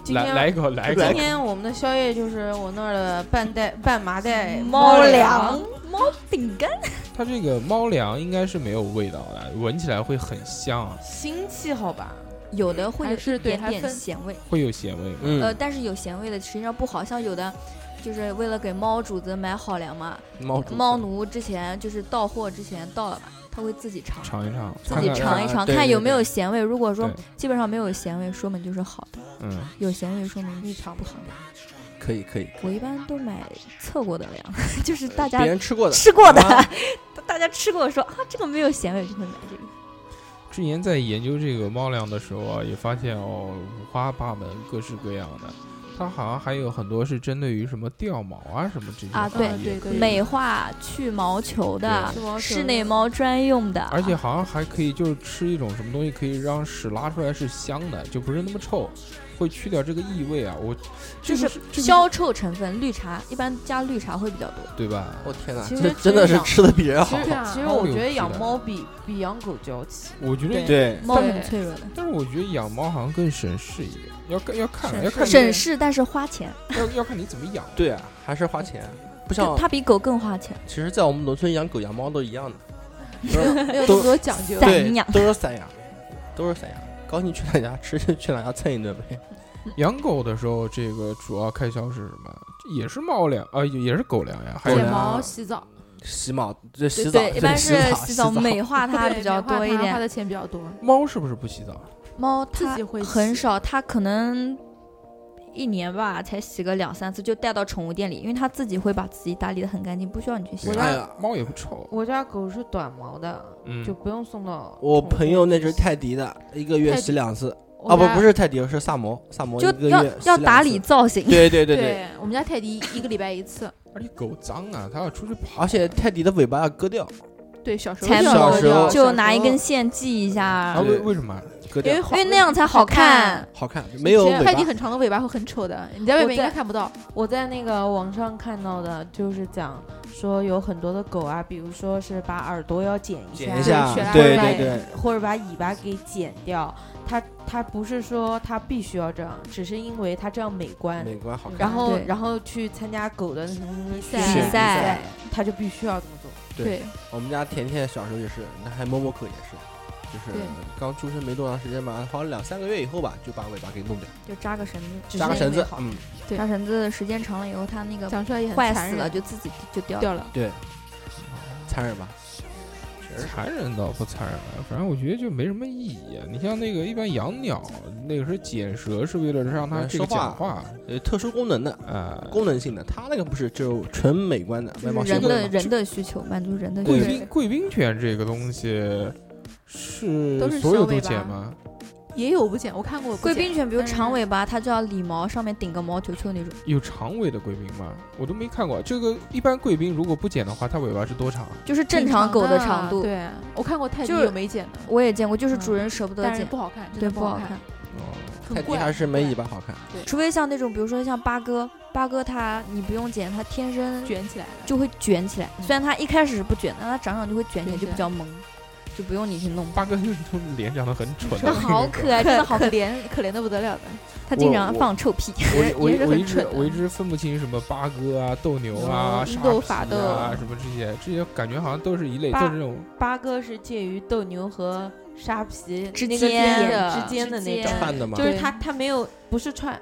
S6: 今
S7: 来
S6: 天
S7: 来一口，来一口
S6: 今。天我们的宵夜就是我那儿的半袋半麻袋
S3: 猫粮
S6: 粮，、
S3: 猫饼干，
S7: 它这个猫粮应该是没有味道的，闻起来会很香啊，
S6: 腥气好吧？
S3: 有的会有
S5: 还是
S3: 一
S5: 对
S3: 点
S5: 还
S3: 点
S5: 分
S3: 咸味。
S7: 会有咸味吗？
S3: 呃，
S2: 嗯，
S3: 但是有咸味的实际上不好，像有的就是为了给猫主子买好粮嘛，
S2: 猫
S7: 嗯
S2: 主
S3: 猫
S2: 子
S3: 奴之前就是到货之前到了吧，他会自己尝，
S7: 尝一尝，
S3: 自
S7: 看
S3: 己
S7: 看
S3: 尝一尝，
S2: 对
S3: 看
S2: 对
S3: 有没
S2: 对
S3: 有咸味。如果说
S7: 对
S3: 基本上没有咸味，说明就是好的；
S7: 嗯，
S3: 有咸味，说明你尝不好。
S2: 可以可以，
S3: 我一般都买测过的粮， 就是大家
S2: 别人吃过的，
S3: 吃过的
S2: 啊，
S3: 大家吃过说啊这个没有咸味，就会买这个。
S7: 之前在研究这个猫粮的时候啊，也发现哦，五花八门，各式各样的。它好像还有很多是针对于什么掉毛啊什么这些
S3: 啊对
S7: 也
S5: 嗯对
S7: 可
S5: 对
S7: 以
S3: 美化去毛球的
S5: 吃，毛球
S3: 室内猫专用的，
S7: 而且好像还可以就是吃一种什么东西可以让屎拉出来是香的，就不是那么臭，会去掉这个异味啊。我这
S3: 就
S7: 个
S3: 是
S7: 是这个
S3: 消臭成分，绿茶一般加绿茶会比较多。
S7: 对吧？
S2: 我天哪，
S6: 其实
S2: 这
S6: 其
S2: 真
S6: 实
S2: 的是
S6: 养
S2: 吃的比人
S6: 其
S2: 好
S6: 实。
S5: 对啊
S6: 其实
S7: 猫
S6: 我
S7: 有
S6: 觉得
S7: 皮
S6: 养
S7: 的
S6: 猫比比养狗娇气。
S7: 我觉得，
S2: 对，
S3: 猫
S5: 对
S3: 很脆弱的，
S7: 但是我觉得养猫好像更省事一点，要看要看
S5: 省
S7: 要
S5: 事
S7: 看你
S3: 省事但是花钱，
S7: 要要看你怎么养。
S2: 对啊，还是花钱，不像
S3: 就它比狗更花钱。
S2: 其实，在我们农村养狗养猫都一样的，
S5: 没有那么多讲究。
S3: 散
S2: 对
S3: 养，
S2: 都是散养，都是散养。高兴去哪家吃就去哪家蹭一顿呗。
S7: 养狗的时候，这个主要开销是什么？也是猫粮啊，也也是狗粮呀，还有
S5: 剪
S2: 狗粮
S5: 毛、洗澡，
S2: 洗毛，这洗
S3: 对
S2: 澡，
S3: 对，
S2: 这
S3: 一般
S2: 洗
S3: 是
S2: 澡
S3: 洗
S2: 洗
S3: 澡
S2: 澡
S3: 美化它
S5: 对
S3: 比较
S5: 棉花
S3: 多一
S5: 糖花
S3: 点。
S5: 的钱比较多。
S7: 猫是不是不洗澡？
S3: 猫
S5: 自
S3: 它
S5: 己会
S3: 很
S5: 洗
S3: 少，它可能一年吧才洗个两三次，就带到宠物店里，因为它自己会把自己打理的很干净，不需要你去洗
S7: 对。
S2: 哎呀，
S7: 猫也不臭，啊
S6: 我家狗是短毛的，
S7: 嗯
S6: 就不用送到。
S2: 我朋友那只泰迪的，一个月
S5: 泰
S2: 洗两次
S5: 我
S2: 啊，不
S5: 家
S2: 不是泰迪，是萨摩，萨摩
S3: 就
S2: 一个
S3: 要
S2: 月洗
S3: 要
S2: 两
S3: 打
S2: 次
S3: 理。造型，
S2: 对对对对，
S5: 对我们家泰迪一个礼拜一次。
S7: 而且狗脏啊，它要出去跑。
S2: 而且泰迪的尾巴要割掉，
S5: 对，小时候
S3: 才
S5: 就
S2: 毛
S5: 要
S2: 小时候
S3: 就拿一根线系一
S7: 啊，
S3: 下，
S7: 为为什么啊？
S2: 割
S5: 因
S2: 掉
S5: 为
S3: 因为那样才好看。。
S2: 好看，没有尾
S5: 泰迪
S2: 巴。
S5: 很长的尾巴会很丑的，你在外面应该看不到。
S6: 我在那个网上看到的，就是讲说有很多的狗啊，比如说是把耳朵要剪一
S2: 剪
S6: 下，
S2: 一下
S6: 或者
S2: 对
S6: 把
S2: 对对
S6: 或者把尾巴给剪掉。它它不是说它必须要这样，只是因为它这样美观。
S2: 美观好看
S6: 哎然后
S3: 对
S6: 然后去参加狗的什么什么
S3: 赛
S6: 训练
S3: 比赛，
S6: 它就必须要这么做。
S3: 对
S2: 我们家甜甜小时候也是，那还摸摸狗也是，就是
S3: 对
S2: 刚出生没多长时间吧，好像两三个月以后吧，就把尾巴给弄掉，
S3: 就扎个绳子，
S6: 只
S2: 扎个
S6: 是因
S2: 绳
S6: 为
S2: 子，
S6: 好
S2: 嗯，
S5: 对
S3: 扎绳子时间长了以后，它那个
S5: 讲出来也很
S3: 坏
S5: 残
S3: 死了，
S5: 忍，
S3: 就自己就掉
S5: 掉
S3: 了。
S5: 了。
S2: 对，残忍吧？
S7: 残忍倒不残忍吧，反正我觉得就没什么意义、啊。你像那个一般养鸟，那个是剪舌是为了让它这
S2: 说
S7: 个
S2: 话
S7: 讲话，
S2: 呃，特殊功能的，
S7: 啊、
S2: 功能性的，它那个不是就纯美观的，外貌
S3: 就
S2: 协
S3: 是人
S2: 会
S3: 的
S2: 嘛
S3: 人的需求，满足人的需
S7: 贵
S3: 求。
S7: 宾贵宾犬这个东西是
S5: 都是
S7: 所有
S5: 收尾
S7: 都剪
S5: 巴
S7: 吗？
S5: 也有不剪，我看过不
S3: 贵
S5: 剪
S3: 宾犬，比如
S5: 但是
S3: 长尾巴，它就要理毛，上面顶个毛球球那种。
S7: 有长尾的贵宾吗？我都没看过。这个一般贵宾如果不剪的话，它尾巴是多长啊？
S3: 就是正
S5: 挺
S3: 常狗
S5: 的
S3: 的长度。
S5: 对，我看过泰迪
S3: 就是
S5: 有没剪的，
S3: 我也见过，嗯就是主人舍不得
S5: 但是
S3: 剪，
S5: 不好看，真
S3: 对，
S5: 的
S3: 不
S5: 好
S3: 好看。。
S7: 哦，
S5: 很
S2: 泰迪
S5: 怪
S2: 还是没尾巴好看。
S3: 除非像那种，比如说像八哥，八哥它你不用剪，它天生
S5: 卷起来了，
S3: 就会卷起来。虽然它一开始是不卷，但它长长就会卷起来，
S5: 卷起
S3: 就
S5: 来
S3: 比较萌，就不用你去弄。
S7: 八 哥就是脸长得很蠢
S3: 那
S7: 的，
S3: 好可 爱，真的好
S5: 可
S3: 可
S5: 可
S3: 爱。
S5: 怜，可怜的不得了的。
S3: 它经
S7: 我
S3: 常
S7: 我
S3: 放臭屁。
S7: 我我
S5: 也是
S7: 我
S5: 很
S7: 一直
S5: 蠢的
S7: 我一直分不清什么八哥啊、斗牛啊、
S5: 嗯
S7: 沙
S5: 英斗
S7: 皮
S5: 法斗
S7: 啊什么这些，这些感觉好像都是一类，
S6: 八
S7: 都是这种
S6: 八哥是介于斗牛和沙皮
S3: 之
S6: 那个
S3: 间
S6: 脸
S5: 的
S6: 之间的
S3: 之
S6: 那
S3: 间
S6: 种，
S2: 串的嘛
S6: 就，是
S5: 对
S6: 它它没有不是串，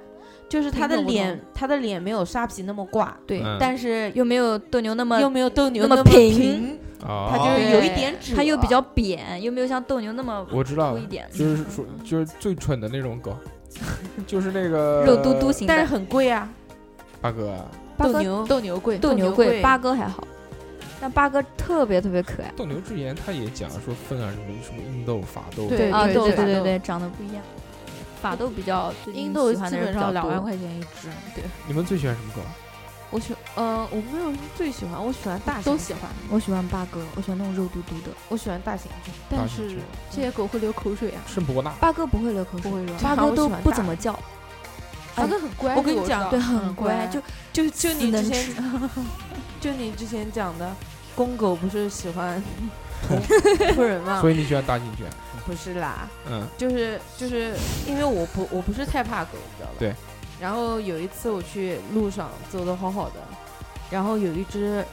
S6: 就是它
S5: 听
S6: 的
S5: 懂不
S6: 脸
S5: 懂
S6: 它的脸没有沙皮那么挂，
S3: 对，
S7: 嗯
S6: 但是
S3: 又没有斗牛那么
S6: 又，没有斗牛
S3: 那么
S6: 么
S3: 平
S6: 平，
S7: 啊。
S6: 它就是
S5: 对
S6: 有一点褶，
S3: 它又比较扁，又没有像斗牛那么
S7: 我知道
S3: 粗一，点，
S7: 就是说就是最蠢的那种狗，就是那个
S3: 肉嘟嘟型
S6: 但是
S3: 的。
S6: 很贵啊，
S7: 八哥啊，
S3: 呃八
S6: 斗
S3: 哥
S6: 牛
S5: 斗牛贵，
S3: 斗
S6: 牛
S3: 牛
S6: 贵
S3: 贵，八哥还好，但八哥特别特别可爱。
S7: 斗牛之言他也讲说分啊什么什么英斗法斗，
S5: 对
S3: 啊，
S5: 对
S3: 对
S5: 对
S3: 对
S5: 斗
S3: 对对，长得不一样。法斗比较，最近
S5: 英斗
S3: 喜欢
S5: 基
S3: 的人
S5: 本
S3: 比较
S5: 上两万
S3: 多。
S5: 块钱一只，对
S7: 你们最喜欢什么狗？
S6: 我喜呃我没有最喜欢，我喜欢大型
S5: 都
S6: 犬
S5: 喜欢。
S3: 我喜欢八哥，我喜欢那种肉嘟嘟的。
S6: 我喜欢大型犬，
S5: 但
S7: 大型
S5: 是
S7: 犬
S5: 这些狗会流口水啊，
S7: 圣伯纳。
S3: 八哥不会流口
S5: 不
S3: 水，
S5: 会说。
S3: 八
S6: 啊
S3: 哥
S6: 我
S3: 都
S6: 喜欢
S3: 不
S6: 大
S3: 怎么叫，
S5: 八哥很乖，
S6: 我跟你
S5: 这个知
S6: 讲
S5: 道
S3: 对，很
S5: 很
S3: 嗯乖，就
S6: 就就你
S3: 能
S6: 之
S3: 吃
S6: 前 就你之前讲的。公狗不是喜 欢
S7: 同
S6: 扑人吗
S7: 所？以你喜欢大型犬？
S6: 不是啦，
S7: 嗯，
S6: 就是就是因为我不我不是太怕狗，你知道吧？
S7: 对。
S6: 然后有一次我去路上走的好好的，然后有一只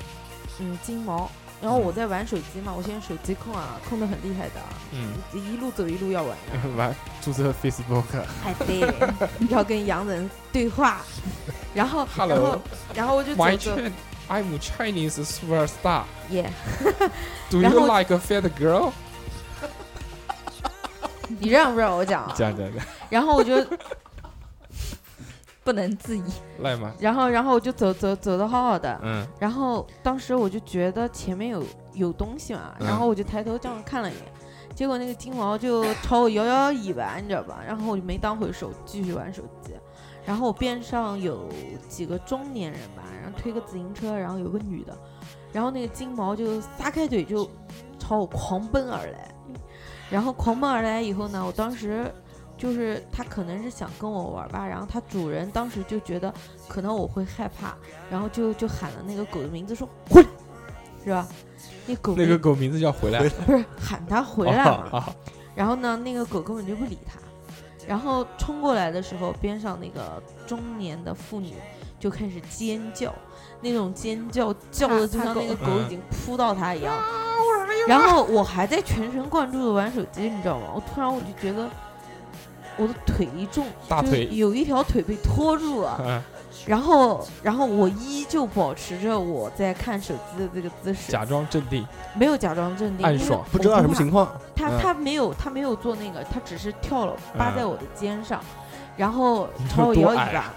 S6: 嗯金毛，然后我在玩手机嘛，我现在手机控啊控的很厉害的啊，
S7: 嗯，
S6: 一路走一路要玩的，
S7: 玩注册 Facebook，
S6: 哎对，要跟洋人对话， 然后然后
S7: Hello
S6: 然后我就
S7: My
S6: 走走
S7: Chin I'm Chinese superstar.
S6: 耶
S7: Do
S6: 然
S7: you
S6: 后
S7: like a fat girl？
S6: 你让不让我讲啊？
S7: 这样这样这样，
S6: 然后我就
S3: 不能自已。
S7: 赖吗？
S6: 然后然后我就走走走的好好的，
S7: 嗯
S6: 然后当时我就觉得前面有有东西嘛，
S7: 嗯
S6: 然后我就抬头这样看了一眼，结果那个金毛就朝我摇摇尾巴，你知道吧？然后我就没当回事，我继续玩手机。然后我边上有几个中年人吧，然后推个自行车，然后有个女的，然后那个金毛就撒开腿就朝我狂奔而来，然后狂奔而来以后呢，我当时就是它可能是想跟我玩吧，然后它主人当时就觉得可能我会害怕，然后就就喊了那个狗的名字说回来，是吧？那狗
S7: 那个狗名字叫回来，
S6: 不是喊它回来嘛，
S7: 啊啊
S6: 然后呢，那个狗根本就不理它，然后冲过来的时候，边上那个中年的妇女就开始尖叫，那种尖叫叫的就像那个狗已经扑到它一样。然后我还在全神贯注的玩手机，你知道吗？我突然我就觉得我的腿一重，
S7: 大
S6: 就是
S7: 腿
S6: 有一条腿被拖住了，
S7: 嗯
S6: 然后然后我依旧保持着我在看手机的这个姿势，
S7: 假装镇 定，
S6: 没有假装镇定，
S7: 暗
S6: 因为
S7: 爽
S2: 不知道
S6: 我
S2: 什么
S6: 怕
S2: 情况，，
S6: 他
S7: 嗯
S6: 他没有他没有做那个，他只是跳了，
S7: 嗯
S6: 扒在我的肩上，然后
S7: 你
S6: 朝我
S7: 有
S6: 摇
S7: 多
S6: 尾
S7: 矮啊
S6: 巴，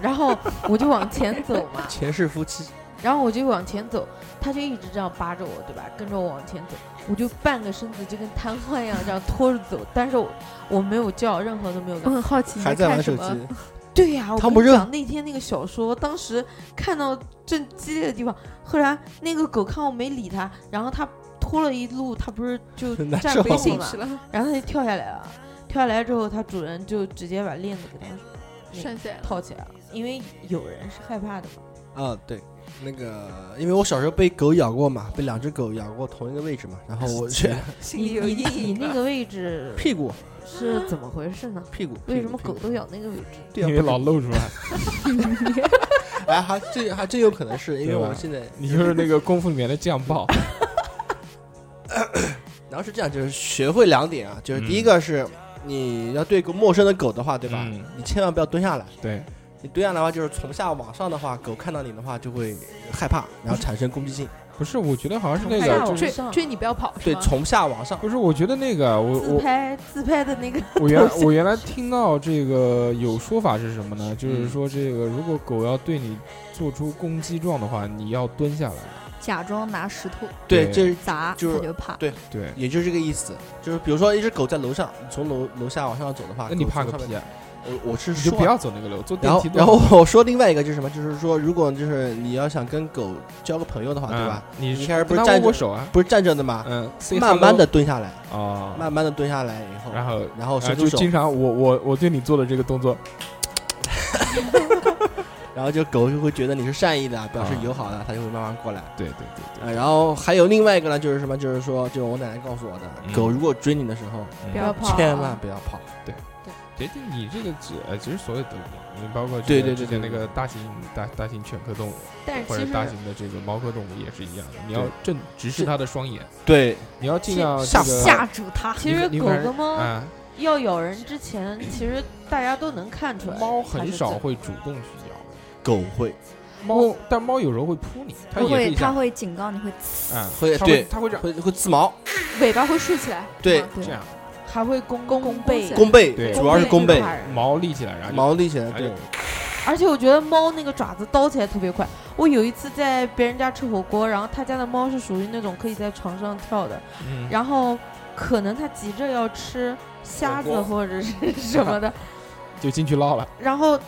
S6: 然后我就往前走嘛
S2: 前世夫妻，
S6: 然后我就往前走，他就一直这样扒着我，对吧？跟着我往前走，我就半个身子就跟瘫痪一样这样拖着走，但是我我没有叫，任何都没有
S2: 嗯
S5: 我
S6: 干。
S5: 很好奇，
S2: 还在玩手机，
S6: 对呀、我
S2: 汤
S6: 跟
S2: 姆
S6: 你
S2: 热
S6: 讲那天那个小说，当时看到正激烈的地方，后来那个狗看我没理它，然后它拖了一路，它不是 就
S2: 很难
S6: 站
S2: 受
S6: 不
S2: 进
S6: 定嘛
S5: 去，了，
S6: 然后它就跳下来了，跳下来之后，它主人就直接把链子给它那个
S5: 晒
S6: 套起来了，因为有人是害怕的嘛。
S2: 啊，对，那个，因为我小时候被狗咬过嘛，被两只狗咬过同一个位置嘛，然后 我去
S9: 心
S6: 你你你那个位置
S2: 屁股，
S6: 是怎么回事呢？
S2: 屁股，
S6: 为
S2: 屁
S6: 什
S2: 股
S6: 么狗？
S2: 屁
S6: 都咬那个位置？
S2: 股对啊，
S7: 因为
S2: 不是
S7: 老露出来。
S2: 哎，还这还真有可能是因为
S7: 对吧
S2: 我现在，
S7: 你就是那个功夫里面的酱爆，
S2: 然后是这样，就是学会两点啊，就是
S7: 嗯
S2: 第一个是你要对个陌生的狗的话，对吧
S7: 嗯？
S2: 你千万不要蹲下来，
S7: 对，
S2: 你蹲下来的话，就是从下往上的话，狗看到你的话就会害怕，然后产生攻击性。
S7: 不是，我觉得好像是那
S6: 哎呀
S7: 个，
S6: 我
S7: 就是
S5: 追
S6: 知道
S5: 追你不要跑，是
S2: 对，
S5: 吗
S2: 从下往上，
S7: 不是，我觉得那个，我
S6: 自
S7: 我
S6: 拍自拍的那个
S7: 我原我原来听到这个有说法是什么呢？就是说这个如果狗要对你做出攻击状的话，你要蹲下来。
S3: 假装拿石头
S7: 对
S2: 对，这是
S3: 砸，
S2: 就是
S3: 它就怕。
S7: 对，
S2: 也就是这个意思。就是比如说一只狗在楼上，你从楼楼下往上走的话，
S7: 那你
S2: 狗
S7: 怕
S2: 从
S7: 个
S2: 上
S7: 屁
S2: 面！
S7: 啊！
S2: 我我是
S7: 你就
S2: 说
S7: 不要走那个楼，坐
S2: 然
S7: 电
S2: 后
S7: 梯，多
S2: 然
S7: 好。
S2: 后我说另外一个就是什么，就是说，如果就是你要想跟狗交个朋友的话，对吧？
S7: 嗯，你
S2: 你开始不是
S7: 跟它
S2: 站
S7: 握握
S2: 着，
S7: 手啊？
S2: 不是站着的吗？
S7: 嗯，say
S2: 慢慢
S7: hello
S2: 的蹲下来，
S7: 哦，
S2: 慢慢的蹲下来以后，
S7: 然后
S2: 然后
S7: 啊
S2: 伸出
S7: 就
S2: 手，
S7: 经常我我我对你做的这个动作，
S2: 然后就狗就会觉得你是善意的，表示
S7: 啊
S2: 友好的，它就会慢慢过来。
S7: 对对对
S2: 呃然后还有另外一个呢，就是什么？就是说，就是我奶奶告诉我
S7: 嗯
S2: 的，狗如果追你的时候，
S7: 对，
S6: 不要
S7: 嗯
S6: 跑，
S2: 千万不要跑。啊
S7: 对对，你这个只呃，其实所有都一样，因为包括
S2: 对对
S7: 之
S2: 对
S7: 前
S2: 对
S7: 那
S2: 对
S7: 个大型大大型犬科动物
S6: 但是
S7: 或
S6: 其
S7: 者
S6: 实
S7: 大型的这个猫科动物也是一样的，你要
S2: 对
S7: 正直视它的双眼，
S2: 对，
S7: 你要尽量
S2: 吓
S7: 这个
S3: 吓住它，
S6: 啊其实
S7: 你
S6: 狗
S7: 反正
S6: 跟猫
S7: 啊，
S6: 要咬人之前，其实大家都能看出来。
S7: 猫
S6: 它
S7: 很
S6: 是
S7: 少
S6: 怎
S7: 会主动去咬
S2: 狗会
S7: 人，猫但猫有时候会扑你，它
S3: 它
S7: 也
S3: 会
S7: 会
S3: 它
S7: 这
S3: 会警告你会
S7: 啊，
S2: 会
S7: 它
S2: 对
S7: 它会这样
S2: 会会自毛，
S5: 尾巴会竖起来，
S2: 对，
S3: 对
S7: 这样
S6: 还会弓
S5: 弓
S6: 弓
S5: 弓
S6: 背
S5: 起，来
S2: 弓背
S7: 对，
S2: 主要是弓背，
S6: 怕人
S7: 毛立起来，然后就
S2: 毛立起来，
S7: 哎呦
S2: 对，
S6: 而且我觉得猫那个爪子叨起来特别快。我有一次在别人家吃火锅，然后他家的猫是属于那种可以在床上跳的，
S7: 嗯
S6: 然后可能它急着要吃虾子
S2: 火锅
S6: 或者是什么的，
S7: 就进去捞了，
S6: 然后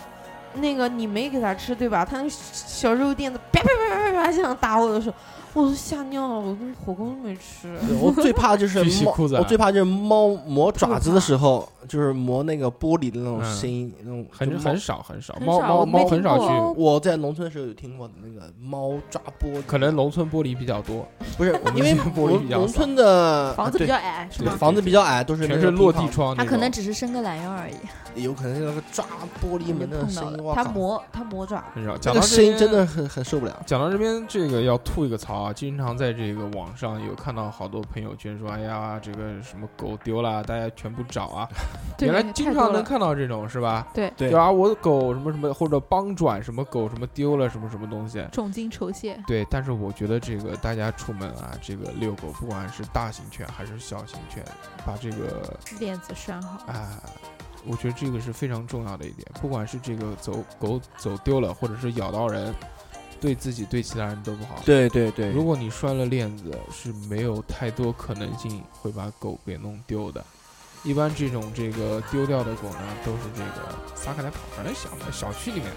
S6: 那个你没给它吃对吧？它那个小肉垫子啪啪啪啪啪啪想打我的时候，我都吓尿了，我那火锅都没吃。
S2: 对我最怕就是
S7: 去洗
S2: 猫，
S7: 裤子啊
S2: 我最怕就是猫磨爪子
S6: 不
S2: 的
S6: 怕
S2: 时候，就是磨那个玻璃的那种
S7: 嗯
S2: 声音，那种
S7: 很
S2: 就猫
S7: 很少很少，
S5: 很
S7: 猫
S5: 少
S7: 猫
S5: 我没
S7: 猫很
S5: 听
S7: 少
S5: 过
S7: 去，
S5: 哦
S2: 我在农村的时候有听过那个猫抓玻璃，
S7: 可能农村玻璃比较多，
S2: 不是
S7: 我们
S2: 因为
S7: 这边玻璃
S2: 农
S7: 比较
S2: 农
S7: 少
S2: 村的
S5: 房子比较
S6: 哎
S5: 矮，是
S7: 对
S5: 吗？
S2: 房子比较矮，都是
S7: 全
S2: 那
S7: 是
S2: 个
S7: 落
S2: 平
S7: 地
S2: 房，
S7: 窗那
S3: 它
S7: 种，
S3: 可能只是伸个懒腰而已。
S2: 有可能是那个抓玻璃门的声
S3: 就碰到了
S2: 音，哇
S6: 它
S2: 靠
S6: 磨它磨爪，
S7: 很少。
S2: 这
S7: 讲
S2: 个
S7: 到
S2: 声音真
S7: 边
S2: 的很很受不了。
S7: 讲到这边，这个要吐一个槽啊！经常在这个网上有看到好多朋友圈说：“哎呀，这个什么狗丢了，大家全部找啊！”
S5: 对
S7: 原来
S5: 那个
S7: 经
S5: 太多
S7: 常能
S5: 了
S7: 看到这种是吧？
S5: 对
S2: 对
S7: 啊，我的狗什么什么，或者帮转什么狗什么丢了什么什么东西。
S5: 重金酬谢，
S7: 对，但是我觉得这个大家出门啊，这个遛狗，不管是大型犬还是小型犬，把这个
S5: 链子拴好，
S7: 啊，我觉得这个是非常重要的一点。不管是这个走狗走丢了，或者是咬到人，对自己对其他人都不好。
S2: 对对对
S7: 如果你拴了链子，是没有太多可能性会把狗给弄丢的。一般这种这个丢掉的狗呢，都是这个撒开来跑，反正小的小区里面，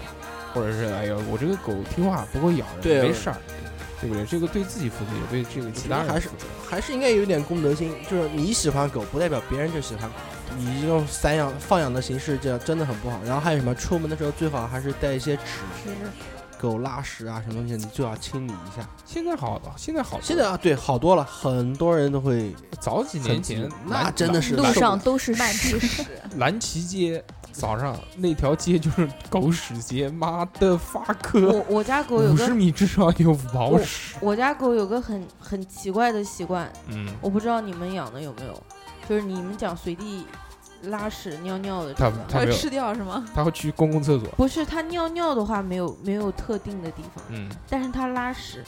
S7: 或者是哎呦，我这个狗听话，不会咬人，
S2: 对
S7: 没事儿，对不对？这个对自己负责，也对这个其他人
S2: 还是
S7: 负责。
S2: 还是应该有点公德心，就是你喜欢狗，不代表别人就喜欢狗。你这种散养放养的形式，这样真的很不好。然后还有什么，出门的时候最好还是带一些纸，狗拉屎啊什么东西，你最好清理一下。
S7: 现在好了，现在好多了，
S2: 现在啊，对，好多了，很多人都会，
S7: 早几年前
S2: 很急，那真的是
S3: 路
S2: 受不
S3: 上
S2: 了
S3: 都是
S5: 满
S3: 屎
S5: 地，是屎，
S7: 蓝旗街早上那条街就是狗屎街，妈的发科，
S6: 我我家狗有
S7: 五
S6: 个
S7: 十米至少有五毛屎。
S6: 我家狗有个很很奇怪的习惯，
S7: 嗯，
S6: 我不知道你们养的有没有，就是你们讲随地拉屎尿尿的这
S7: 它
S6: 个，
S7: 它
S5: 要
S7: 没有，
S5: 吃掉是吗？
S7: 它会去公共厕所。
S6: 不是它尿尿的话没有没有特定的地方，
S7: 嗯，
S6: 但是它拉屎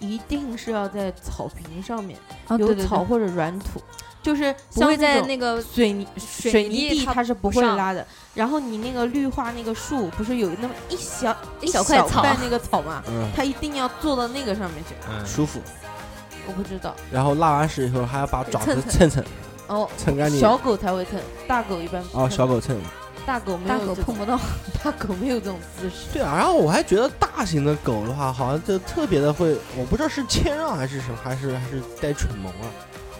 S6: 一定是要在草坪上面，
S3: 啊
S6: 有
S3: 对对
S6: 草
S3: 对，
S6: 或者软土，就是
S3: 不
S6: 像
S3: 会在
S6: 种
S3: 那个
S6: 水泥
S3: 水
S6: 水
S3: 泥
S6: 泥
S3: 地
S6: 地
S3: 它
S6: 它是不
S3: 不
S6: 会
S3: 上
S6: 拉的。然后你那个绿化那个树不是有那么一小
S3: 一小块草
S6: 那个草嘛，
S2: 嗯，
S6: 它一定要坐到那个上面去。
S7: 嗯
S2: 舒服。
S6: 我不知道。
S2: 然后拉完屎以后还要把爪子
S3: 蹭
S2: 蹭蹭
S6: 哦，
S2: 蹭干净。
S6: 小狗才会蹭，大狗一般不
S2: 哦，
S6: 蹭
S2: 小狗蹭。
S6: 大狗没
S3: 大
S6: 有
S3: 狗
S6: 这种
S3: 碰 不到，
S6: 大狗没有这种姿势。
S2: 对啊，然后我还觉得大型的狗的话，好像就特别的会，我不知道是谦让还是什么，还是还是带蠢萌啊。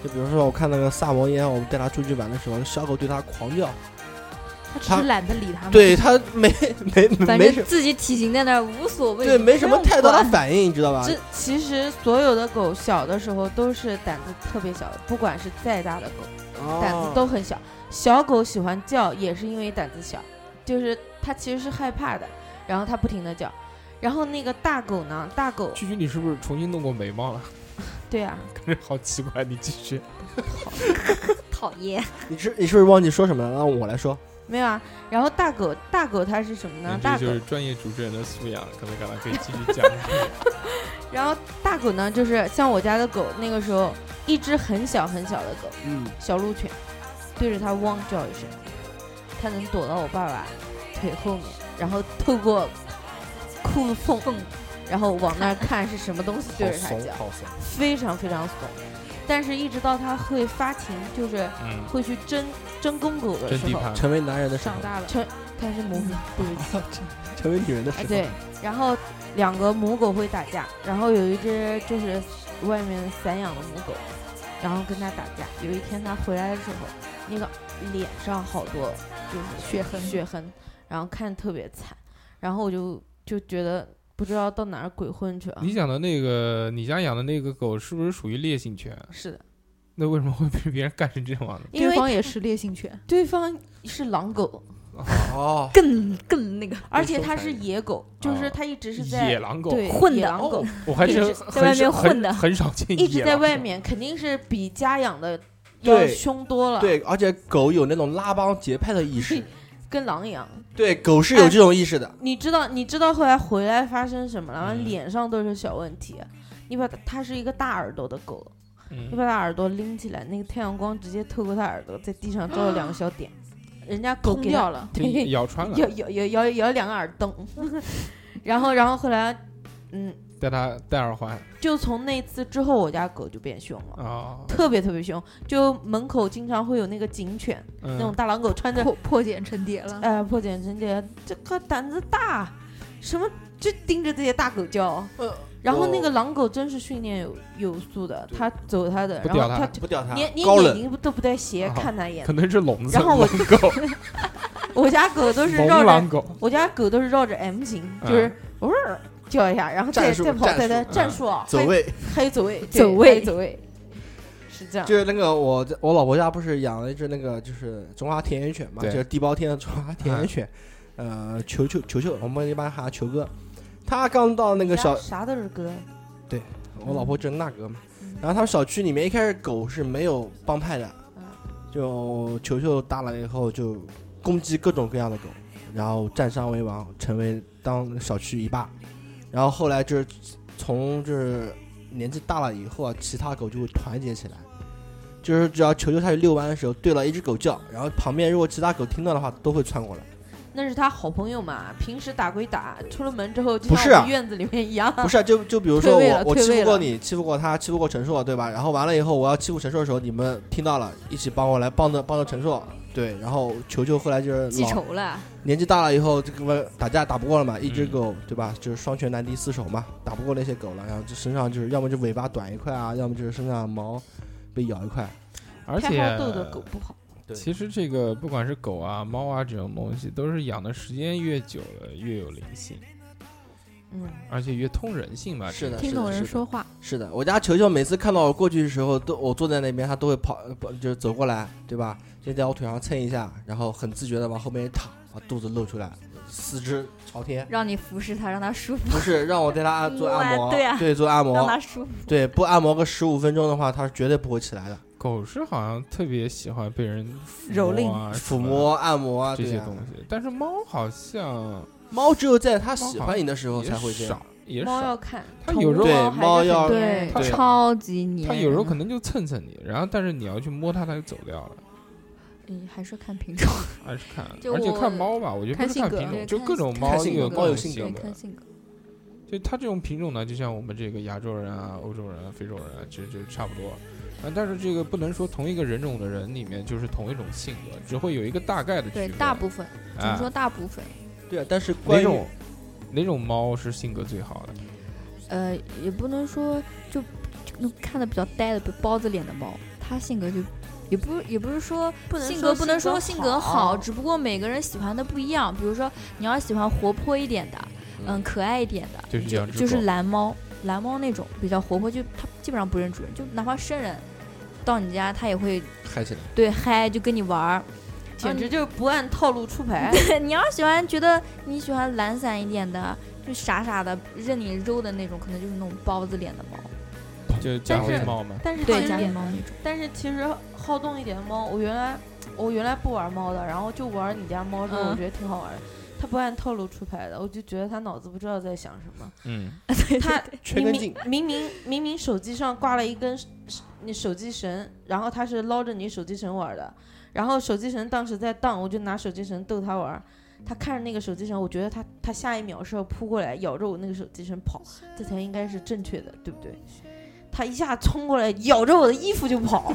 S2: 就比如说，我看那个萨摩耶，我们带它出去玩的时候，小狗对它狂叫，
S5: 他只是懒得理他们。
S2: 对他没没
S3: 反
S2: 没
S3: 正
S2: 什么，
S3: 自己体型在那儿无所谓，
S2: 对没什么
S3: 不用
S2: 太大的
S3: 管
S2: 反应，你知道吧？
S6: 这其实所有的狗小的时候都是胆子特别小的，不管是再大的狗，
S2: 哦
S6: 胆子都很小。小狗喜欢叫也是因为胆子小，就是它其实是害怕的，然后它不停的叫。然后那个大狗呢，大狗
S7: 蛐蛐，你是不是重新弄过眉毛了？
S6: 对啊，
S7: 感觉好奇怪，你继续。
S3: 讨厌。
S2: 你是你是不是忘记说什么了？让我来说，
S6: 没有啊。然后大狗大狗它是什么呢
S7: 你？
S6: 大
S7: 嗯这
S6: 狗
S7: 就是专业主持人的素养，可能刚才可以继续 讲。
S6: 然后大狗呢，就是像我家的狗，那个时候一只很小很小的狗，
S2: 嗯，
S6: 小鹿犬，对着它汪叫一声，它能躲到我爸爸腿后面，然后透过裤缝缝，然后往那儿看是什么东西对着它叫，
S2: 好怂，
S6: 非常非常怂。但是，一直到它会发情，就是
S7: 嗯，
S6: 会去争争公狗的
S7: 真
S6: 时
S7: 地
S6: 候，
S7: 盘。
S2: 成为男人的时候
S5: 长，大了，
S6: 成它是母狗，对不起。
S2: 成为女人的时
S6: 哎，
S2: 候，
S6: 对，然后两个母狗会打架，然后有一只就是外面散养的母狗，然后跟它打架。有一天它回来的时候，那个脸上好多就是
S5: 血痕
S6: 血痕，然后看特别惨，然后我就就觉得不知道到哪儿鬼混去了。
S7: 你讲的那个，你家养的那个狗是不是属于烈性犬？
S6: 是的，
S7: 那为什么会被别人干成这样啊呢？
S6: 因
S5: 对
S6: 为
S5: 方也是烈性犬，
S6: 对方是狼狗，
S2: 哦，
S3: 更更那个
S6: 而且它是野狗，就是它一直是在
S7: 野狼狗，
S6: 对
S3: 混的
S6: 野狼狗，
S7: 我还
S6: 一
S7: 是
S6: 直
S7: 很
S3: 在外面
S7: 少很
S3: 混的
S7: 很少见野狼
S6: 一
S7: 狗。
S6: 直在外面，肯定是比家养的要
S2: 对
S6: 凶多了。
S2: 对，而且狗有那种拉帮结派的意识，
S6: 跟狼一样。
S2: 对，狗是有这种意识的。
S6: 你知道，你知道后来回来发生什么了吗？
S7: 嗯
S6: 脸上都是小问题。你把它，它是一个大耳朵的狗，你
S7: 嗯。
S6: 把它耳朵拎起来，那个太阳光直接透过它耳朵，在地上照了两个小点，
S7: 嗯
S6: 人家狗
S5: 通
S6: 给
S5: 掉
S6: 它
S5: 了。
S7: 被
S6: 对，
S7: 咬穿
S6: 咬
S7: 了，
S6: 咬咬咬咬两个耳洞， 然后然后后来，嗯，
S7: 带它戴耳环
S6: 就从那次之后，我家狗就变凶了。
S7: 啊，
S6: 特别特别凶，就门口经常会有那个警犬，那种
S7: 嗯，
S6: 大狼狗穿着
S5: 破破茧成蝶
S2: 呃
S5: 了，
S6: 哎，破茧成蝶，这个胆子大，什么就盯着这些大狗叫。
S2: 呃
S6: 然后那
S2: 我
S3: 哦
S6: 个狼狗真是训练有有素的，它走它的，
S7: 不
S6: 然
S7: 屌
S6: 后
S7: 它
S6: 它
S2: 不屌它啊
S6: 连，连
S2: 高
S6: 眼
S2: 冷，
S6: 睛都不带斜
S7: 啊
S6: 看它一眼
S7: 可。能是聋子，
S6: 然后我
S7: 聋狗，
S6: 我家狗都是绕
S7: 聋
S6: 着
S7: 狼，狗，
S6: 我家狗都是绕着 M 型，就是偶尔叫一下，然后再
S2: 嗯战术
S6: 再跑，
S2: 战
S6: 再
S2: 术
S6: 再
S2: 嗯
S6: 战术啊，
S2: 走位。
S6: 还有走位，对
S3: 走位
S6: 还有走位，是这样
S2: 就。是那个我在我老婆家不是养了一只那个就是中华田园犬嘛，
S7: 对
S2: 就是地包天的中华田园犬，呃，球球球球，我们一般喊他球哥。他刚到那个小，
S6: 啥都是哥，
S2: 我老婆就是那哥嘛
S6: 嗯。
S2: 然后他们小区里面一开始狗是没有帮派的
S6: 嗯，
S2: 就球球大了以后就攻击各种各样的狗，然后占山为王，成为当小区一霸。然后后来就是从就是年纪大了以后啊，其他狗就会团结起来，就是只要球球下去遛弯的时候，对了一只狗叫，然后旁边如果其他狗听到的话，都会窜过来。
S6: 那是他好朋友嘛。平时打归打，出了门之后就
S2: 不
S6: 像
S2: 是
S6: 我
S2: 啊
S6: 们院子里面一样。
S2: 不是啊，就就比如说
S6: 嗯退位
S2: 我
S6: 了
S2: 我
S6: 退
S2: 欺
S6: 位
S2: 负过
S6: 了
S2: 你，欺负过他，欺负过陈硕，对吧？然后完了以后，我要欺负陈硕的时候，你们听到了，一起帮我来帮着帮着陈硕。对，然后球球后来就是
S3: 记
S2: 老
S3: 仇了，
S2: 年纪大了以后，这个打架打不过了嘛，一只
S7: 嗯
S2: 狗、对吧？就是双拳难敌四手嘛，打不过那些狗了，然后就身上就是要么就尾巴短一块啊，要么就是身上毛被咬一块。
S7: 而
S6: 开
S7: 且
S6: 花豆的狗不好。
S2: 对
S7: 其实这个不管是狗啊、猫啊这种东西，都是养的时间越久了越有灵性，
S6: 嗯，
S7: 而且越通人性吧。
S2: 啊是的
S5: 听懂人说话，
S2: 是的，我家球球每次看到我过去的时候，都我坐在那边，它都会跑，呃不就是走过来，对吧？先在我腿上蹭一下，然后很自觉的往后面一躺，把肚子露出来，四肢朝天。
S3: 让你服侍他，让他舒服，
S2: 不是让我带它按做按摩，
S3: 摸啊对啊
S2: 做按
S3: 让
S2: 摩
S3: 他，舒服。
S2: 对，不按摩个十五分钟的话，它是绝对不会起来的。
S7: 这个狗是好像特别喜欢被人
S6: 蹂
S7: 躏、
S6: 躏
S7: 啊、
S2: 抚
S7: 什么
S2: 摸、按摩啊，
S7: 这
S2: 对
S7: 些
S2: 啊
S7: 东西，但是猫好像
S2: 猫只有在它
S7: 猫
S2: 喜
S7: 好
S2: 欢你的时候
S7: 也
S2: 才会这样
S7: 少。，也
S6: 猫
S7: 少。
S6: 要看，
S7: 它
S6: 宠
S7: 有
S6: 物
S7: 时候
S2: 对
S6: 猫还是
S2: 猫
S6: 很
S2: 要
S6: 粘
S3: 对
S6: 人的
S7: 对
S3: 超级黏。
S7: 它有时候可能就蹭蹭你，然后但是你要去摸它，它就走掉了。
S3: 嗯，还是看品种，
S7: 还是看，
S3: 就
S7: 而且
S3: 我
S7: 看猫吧，我觉得
S5: 看
S7: 不是
S5: 性
S7: 看
S5: 格
S7: 品种，
S3: 对
S7: 就
S3: 看
S7: 各种
S3: 性
S7: 猫
S2: 格
S7: 也有
S2: 看
S7: 各
S2: 性格
S7: 种性
S3: 对，
S7: 格
S3: 看。性格。
S7: 就它这种品种呢，就像我们这个亚洲人啊、欧洲人啊、非洲人啊，其实就差不多。啊，但是这个不能说同一个人种的人里面就是同一种性格，只会有一个大概的区
S3: 对，
S7: 分。
S3: 大部分，只能
S7: 啊
S3: 说大部分。
S2: 对啊，但是关
S7: 哪
S2: 于
S7: 种哪种猫是性格最好的？
S3: 呃，也不能说就就看的比较呆的包子脸的猫，它性格就也不也不是说
S6: 不能
S3: 性
S6: 说
S3: 格不能
S6: 性格
S3: 说性格
S6: 好
S3: 好，只不过每个人喜欢的不一样。比如说你要喜欢活泼一点的，嗯，可爱一点的，
S7: 就是养只狗
S3: 就是蓝猫，蓝猫那种比较活泼，就它基本上不认主人，就哪怕生人到你家，它也会
S2: 嗨起来。
S3: 对嗨就跟你玩儿。
S6: 简 直
S3: 嗯
S6: 就是不按套路出 牌。
S3: 对，你要喜欢觉得你喜欢懒散一点的，就傻傻的任你揉的那种，可能就是那种包子脸的猫，
S7: 就是加
S6: 但
S7: 菲
S6: 是
S7: 猫嘛。
S6: 但是
S3: 对，
S6: 其
S3: 家里
S6: 实
S3: 猫那种。
S6: 但是其实好动一点的猫，我原来我原来不玩猫的，然后就玩你家猫之后，
S3: 嗯
S6: 我觉得挺好玩的。它不按套路出牌的，我就觉得它脑子不知道在想什么。
S7: 嗯，
S6: 它
S2: 缺
S6: 明
S2: 根
S6: 明
S2: 筋
S6: 明明明明手机上挂了一根手你手机绳，然后它是捞着你手机绳玩的，然后手机绳当时在荡，我就拿手机绳逗它玩。它看着那个手机绳，我觉得它它下一秒是要扑过来咬着我那个手机绳跑，这才应该是正确的，对不对？它一下冲过来咬着我的衣服就跑，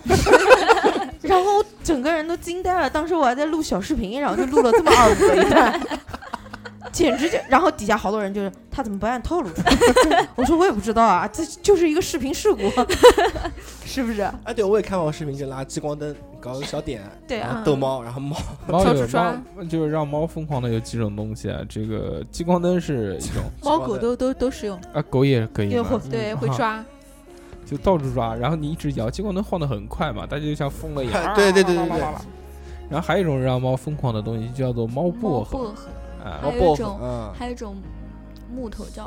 S6: 然后整个人都惊呆了。当时我还在录小视频，然后就录了这么二五的一段，简直就……然后底下好多人就是他怎么不按套路出牌？我说我也不知道啊，这就是一个视频事 故，是不是？
S2: 哎，对，我也看过视频，就拿激光灯搞个小点，
S6: 对
S2: 然后
S6: 啊，
S2: 逗猫，然后猫
S7: 猫
S5: 到
S7: 有
S5: 处抓
S7: 猫，就是让猫疯狂的有几种东西啊。这个激光灯是一种
S5: 猫狗都都都适用，
S7: 啊，狗也可以
S6: 也
S7: 吗
S6: 会
S5: 对，
S7: 嗯
S5: 会
S7: 啊
S5: 抓。
S7: 就到处抓，然后你一直摇，激光灯晃得很快嘛，大家就像疯了一样。
S2: 对对对对对，
S7: 然后还有一种让猫疯狂的东西叫做猫哦薄荷
S3: 薄荷，
S7: 啊，
S2: 猫
S3: 还有一
S2: 薄荷，
S3: 种
S2: 嗯，
S3: 还有一种木头叫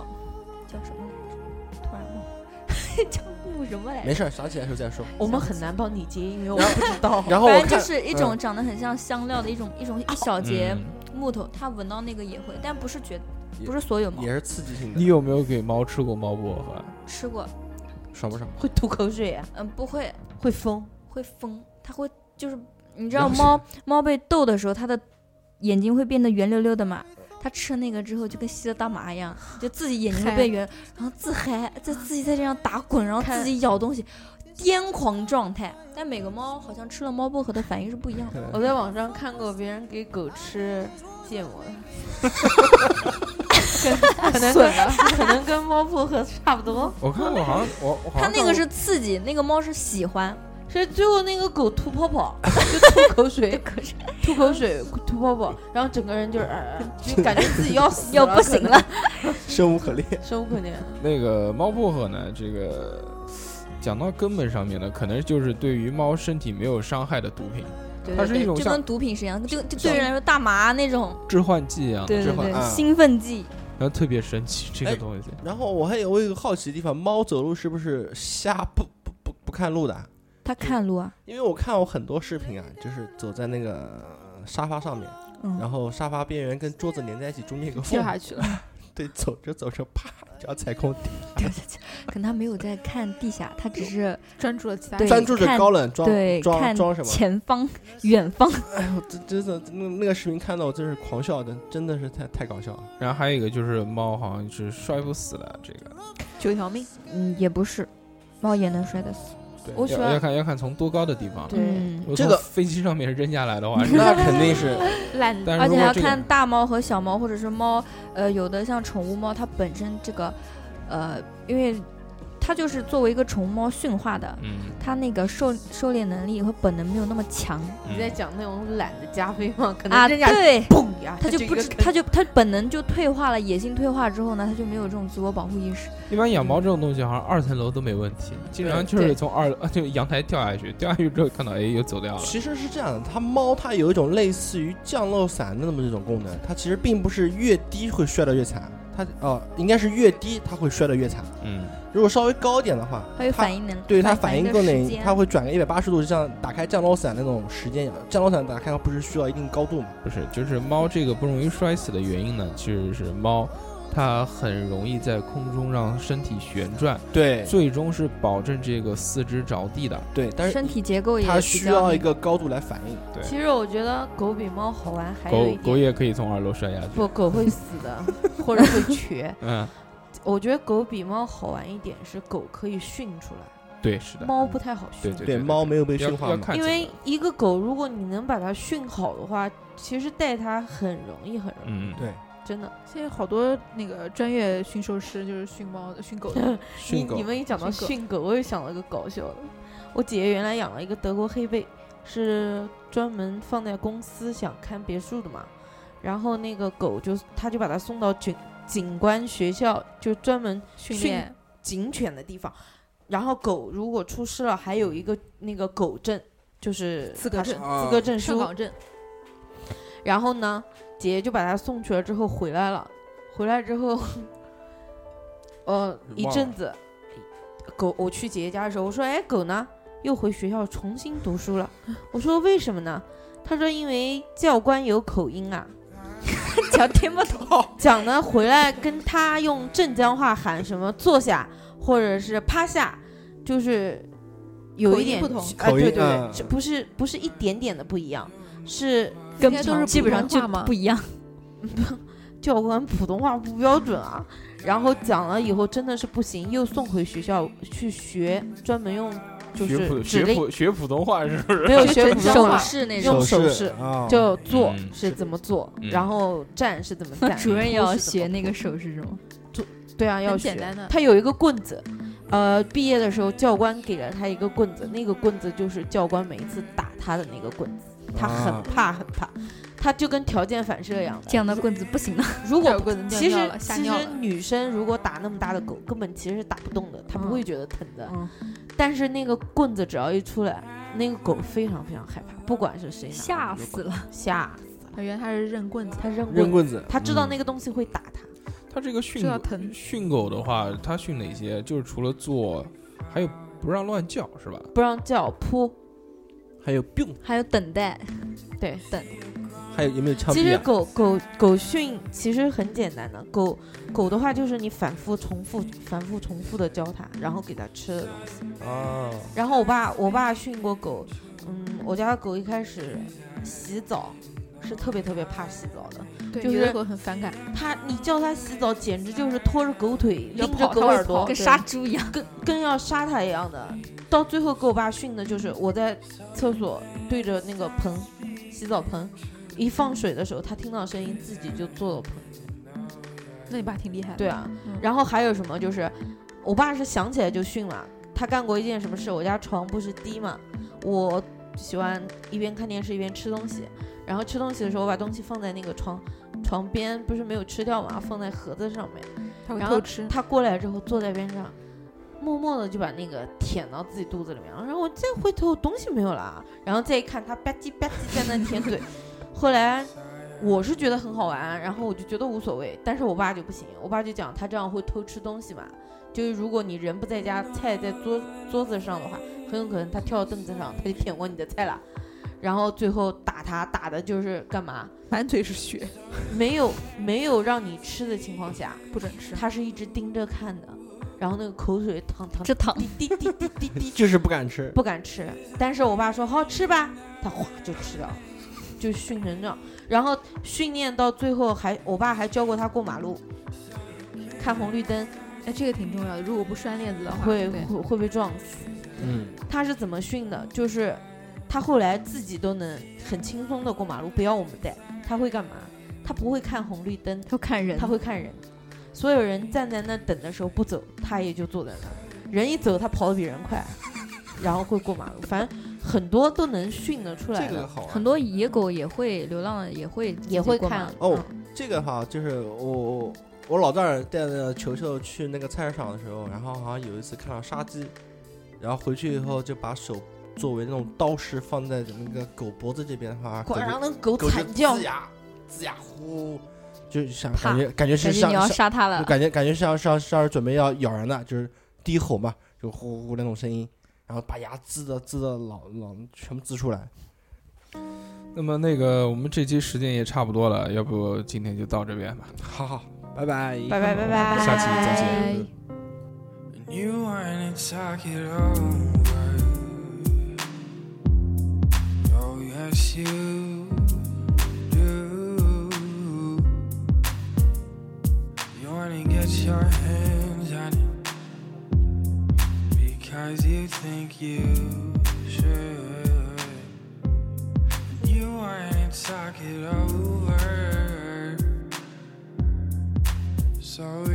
S3: 叫什么来着？突然忘了， 叫木什么来
S2: 没
S3: 着？
S2: 事儿，想起来时候再说。
S6: 我们很难帮你接，因为我们不知 道。
S2: 然后
S3: 反
S2: 我
S3: 正就
S2: 看，嗯啊
S3: 是一种长得很像香料的一种一种一小节
S7: 嗯
S3: 木头，它闻到那个也会，但不是绝
S2: 也
S3: 不是所有猫
S2: 也是刺激性
S7: 你
S2: 的，
S7: 有没有给猫吃过猫薄荷？啊
S3: 吃过，
S2: 爽不爽？
S6: 会吐口水、啊，
S3: 嗯，不会
S6: 会疯，
S3: 会疯，它会就是你知道猫猫被逗的时候，它的眼睛会变得圆溜溜的嘛。它吃了那个之后，就跟吸了大麻一 样，就自己眼睛会变圆，然后自嗨，在自己在这样打滚，然后
S6: 看
S3: 自己咬东西，癫狂状态。但每个猫好像吃了猫薄荷的反应是不一样的。
S6: 我在网上看过别人给狗吃芥末的， 跟可能
S5: 损
S6: 跟可能跟猫薄荷差不 多。
S7: 我看我好像我我好像
S3: 它嗯那个是刺激，那个猫是喜 欢，
S6: 是最后那个狗吐泡泡，就吐口水，吐口水，吐泡泡，然后整个人就是、 呃、就感觉自己要死
S3: 要不行
S6: 可能
S3: 了，
S2: 生无可恋。
S6: 生无可恋。
S7: 那个猫薄荷呢，这个讲到根本上面呢，可能就是对于猫身体没有伤害的毒品，
S3: 对
S7: 它
S3: 对
S7: 是一
S3: 对，
S7: 种
S3: 就
S7: 像
S3: 跟毒品是一样啊的，就就对人来说大麻那种，
S7: 致幻剂一样的，
S3: 对对
S2: 会
S3: 对，
S2: 啊
S3: 兴奋剂。
S7: 然后特别神奇这个
S2: 哎
S7: 东西。
S2: 然后我还有我有一个好奇的地方，猫走路是不是瞎不不不不看路的啊？
S3: 它看路啊，
S2: 因为我看过很多视频啊，就是走在那个沙发上面，
S3: 嗯，
S2: 然后沙发边缘跟桌子连在一起，中间有个
S5: 跳
S2: 缝，
S5: 下去了，
S2: 对，走着走着啪就要踩空地，
S3: 可能它没有在看地下，它只是
S5: 专注了其他
S3: 对
S5: 事
S2: 专注着高冷装
S3: 对
S2: 装
S3: 看
S2: 装什么？
S3: 前方、远方。
S2: 哎呦，这真的那那个视频看到我真是狂笑的，真的是太太搞笑了。
S7: 然后还有一个就是猫好像是摔不死的，这个
S5: 九条命。
S3: 嗯，也不是，猫也能摔得死。
S7: 对
S6: 我喜
S7: 要
S6: 欢
S7: 要看要看从多高的地方。
S5: 对
S3: 嗯
S7: 如果
S2: 这个
S7: 从飞机上面扔下来的 话，是
S2: 那肯定是
S5: 懒
S7: 但是
S3: 而
S7: 如
S3: 且
S7: 果
S3: 还要
S7: 这个
S3: 看大猫和小猫，或者是猫，呃，有的像宠物猫，它本身这个，呃，因为它就是作为一个宠物猫驯化的，
S7: 嗯，
S3: 它那个狩狩猎能力和本能没有那么强
S7: 嗯
S6: 你在讲那种懒的加菲吗？可
S3: 啊，
S6: 能人家
S3: 对。
S6: 砰一下，
S3: 它就
S6: 一
S3: 不
S6: 个
S3: 知，
S6: 坑
S3: 它就它本能就退化了，野性退化之后呢，它就没有这种自我保护意识。
S7: 一般养猫这种东西好像二层楼都没问题，
S6: 嗯
S7: 经常就是
S5: 对
S7: 从 二呃就阳台掉下去， 掉下去之后看到哎又走掉了。
S2: 其实是这样的，它猫它有一种类似于降落伞的那么一种功能，它其实并不是越低会摔得越惨，它哦、应该是越低它会摔得越惨。
S7: 嗯，
S2: 如果稍微高一点的话，
S3: 它有反应能力，
S2: 对它
S3: 反
S2: 反应
S3: 的
S2: 更
S3: 时
S2: 灵，
S3: 间
S2: 它会转个一百八十度，就像打开降落伞那种时间一样。降落伞打开不是需要一定高度吗？
S7: 不是，就是猫这个不容易摔死的原因呢，其实是猫它很容易在空中让身体旋转，
S6: 哎
S2: 对
S7: 最终是保证这个四肢着地的。
S2: 对，但是
S3: 身体结构也
S2: 它
S3: 比
S2: 需
S3: 较
S2: 要
S3: 那
S2: 一个高度来反应。
S7: 对
S6: 其实我觉得狗比猫好玩，还哎有
S7: 狗
S6: 一点
S7: 狗也可以从二楼摔下去。
S6: 不，狗会死 的，或者会瘸。
S7: 嗯，
S6: 我觉得狗比猫好玩一点是狗可以训出来，
S7: 对，是的，
S6: 猫不太好
S7: 对
S6: 训。
S7: 对
S2: 对，猫没有被
S7: 要
S2: 驯化
S7: 要
S2: 嘛？
S7: 看
S6: 因
S7: 怎
S6: 为
S7: 么
S6: 一个狗，如果你能把它训好的话，其实带它很容易，很容易，
S7: 嗯，
S2: 对，
S6: 真的。
S5: 现在好多那个专业驯兽师就是训猫、训狗 的，
S6: 你
S2: 训狗
S6: 你们一讲到
S5: 训狗
S6: 训狗，我又想到一个搞笑的。我姐姐原来养了一个德国黑背，是专门放在公司想看别墅的嘛，然后那个狗就他就把它送到警警官学校，就专门
S5: 训
S6: 训
S5: 练
S6: 警犬的地方。然后狗如果出事了，还有一个那个狗证，就是
S5: 资格
S6: 它是
S5: 证
S6: 资格证
S5: 上
S6: 书
S5: 岗。证，
S6: 然后呢，姐姐就把它送去了之后回来了，回来之后，呃，一
S7: 忘
S6: 阵
S7: 了
S6: 子，狗我去姐姐家的时候，我说哎狗呢？又回学校重新读书了。我说为什么呢？她说因为教官有口音啊，
S5: 讲听不
S7: 哦
S5: 懂。
S6: 讲呢回来跟他用镇江话喊什么坐下或者是趴下，就是有
S5: 口
S6: 一
S5: 音
S6: 点
S5: 不同
S6: 哎
S2: 口音
S6: 对对对
S2: 嗯，
S6: 这不是不是一点点的不一样，是
S5: 跟
S3: 嗯跟
S5: 都是
S3: 基
S5: 普
S3: 本上
S5: 通
S3: 就
S5: 话吗
S3: 不一样。
S6: 教官普通话不标准啊。然后讲了以后真的是不行，又送回学校去学，专门用就
S7: 学普
S6: 是指
S7: 学
S6: 令
S7: 普学普通话是不是？
S6: 没有学普通
S3: 手
S6: 话，
S3: 势那
S6: 用
S3: 种，
S6: 手
S2: 势
S6: 势
S2: 啊，
S6: 就做
S7: 嗯
S6: 是怎么做，
S7: 嗯
S6: 然后站是怎么 站，
S3: 主任也
S6: 也
S3: 要学那个手势是吗？
S6: 对啊，要
S5: 很
S6: 学
S5: 简单的
S6: 他有一个棍子，呃，毕业的时候教官给了他一个棍子，那个棍子就是教官每一次打他的那个棍子，他很
S2: 啊
S6: 怕很怕，他就跟条件反射一样的。
S3: 这样的棍子不行的。
S6: 如
S5: 这
S6: 果
S5: 个棍子尿
S6: 其
S5: 尿
S6: 实
S5: 了吓
S6: 其
S5: 尿
S6: 实
S5: 了
S6: 女生如果打那么大的狗，根本其实是打不动的，她
S3: 嗯
S6: 不会觉得疼的。
S3: 嗯
S6: 但是那个棍子只要一出来，那个狗非常非常害怕，不管是谁 拿
S3: 吓
S6: 的那个
S3: 死
S6: 棍，
S3: 了！
S6: 吓死了，
S5: 啊原来他是扔棍子，
S6: 他扔棍
S2: 扔
S6: 子，
S2: 棍子，
S6: 他知道
S2: 嗯
S6: 那个东西会打他。
S7: 它这个训
S5: 这要疼
S7: 训狗的话，它训哪些？就是除了坐，还有不让乱叫是吧？
S6: 不让叫扑，
S2: 还有 biu，
S3: 还有等待，
S6: 对，
S3: 等
S2: 还有有没有枪
S6: 其
S2: 毙
S6: 实
S2: 啊？
S6: 狗狗狗训其实很简单的，狗狗的话就是你反复重复、反复重复的教它，然后给它吃的东西。
S7: 啊，
S6: 然后我爸我爸训过狗，嗯，我家的狗一开始洗澡是特别特别怕洗澡的，
S5: 对，
S6: 就是
S5: 有的狗很反感，
S6: 它你叫它洗澡简直就是拖着狗腿
S5: 要
S6: 拎着
S5: 跑
S6: 狗
S5: 它会
S6: 耳朵
S5: 跑
S3: 跟
S6: 对
S3: 杀猪一样。
S6: 跟跟要杀它一样的。到最后给我爸训的就是我在厕所对着那个盆洗澡盆一放水的时候，它听到声音自己就坐到盆。
S5: 那你爸挺厉害的。
S6: 对啊，
S5: 嗯
S6: 然后还有什么就是，我爸是想起来就训嘛。他干过一件什么事？我家床不是低嘛，我喜欢一边看电视一边吃东西，然后吃东西的时候我把东西放在那个床床边，不是没有吃掉嘛，放在盒子上面。
S5: 他会
S6: 然
S5: 偷
S6: 后
S5: 吃，
S6: 他过来之后坐在边上，默默的就把那个舔到自己肚子里面，然后我再回头东西没有了啊，然后再一看他吧唧吧唧在那舔嘴，后来。我是觉得很好玩，啊然后我就觉得无所谓，但是我爸就不行，我爸就讲他这样会偷吃东西嘛，就是如果你人不在家，菜在桌桌子上的话，很有可能他跳到凳子上，他就舔过你的菜了，然后最后打他打的就是干嘛？
S5: 满嘴是血，
S6: 没有没有让你吃的情况下，
S5: 不准吃。
S6: 他是一直盯着看的，然后那个口水淌淌
S3: 这糖
S6: 滴滴滴滴滴滴，
S2: 就是不敢吃，
S6: 不敢吃。但是我爸说好吃吧，他哗就吃掉了，就训成这样。然后训练到最后还，我爸还教过他过马路，看红绿灯
S5: 哎，这个挺重要的，如果不拴链子的话，
S6: 会
S5: 对
S6: 会会被撞死。
S2: 嗯，
S6: 他是怎么训的？就是他后来自己都能很轻松的过马路，不要我们带。他会干嘛？他不会看红绿灯，
S3: 要看人，
S6: 他会看人，所有人站在那等的时候不走，他也就坐在那儿。人一走，他跑得比人 快，然后会过马路。反正很多都能训得出来的，
S2: 好玩
S3: 很多野狗也会，流浪的也会
S6: 也会
S3: 过嗯马
S6: 看
S3: 路。
S2: 哦，这个哈，就是我我我老丈人带着球球去那个菜市场的时候，然后好像有一次看到杀鸡，然后回去以后就把手作为那种刀式放在那个狗脖子这边的话，
S6: 果
S2: 狗就
S6: 然那狗
S2: 狗
S6: 惨
S2: 就
S6: 叫
S2: 呲，牙呲牙呼，就想
S3: 怕
S2: 感觉感觉是
S3: 感觉
S2: 像
S3: 你要
S2: 像
S3: 杀它了
S2: 就，感觉感觉像像像是准备要咬人的，就是低吼嘛，就呼呼呼那种声音，然后把牙呲的呲的老老全部呲出来。
S7: 那么那个我们这期时间也差不多了，要不今天就到这边吧，
S2: 好好，拜拜。
S6: 拜拜拜拜，
S7: 下期再见。
S6: 拜拜
S10: And you wanna talk it over. Oh, yes, you do. You wanna get your hands on it because you think you should. You wanna talk it over. So oh,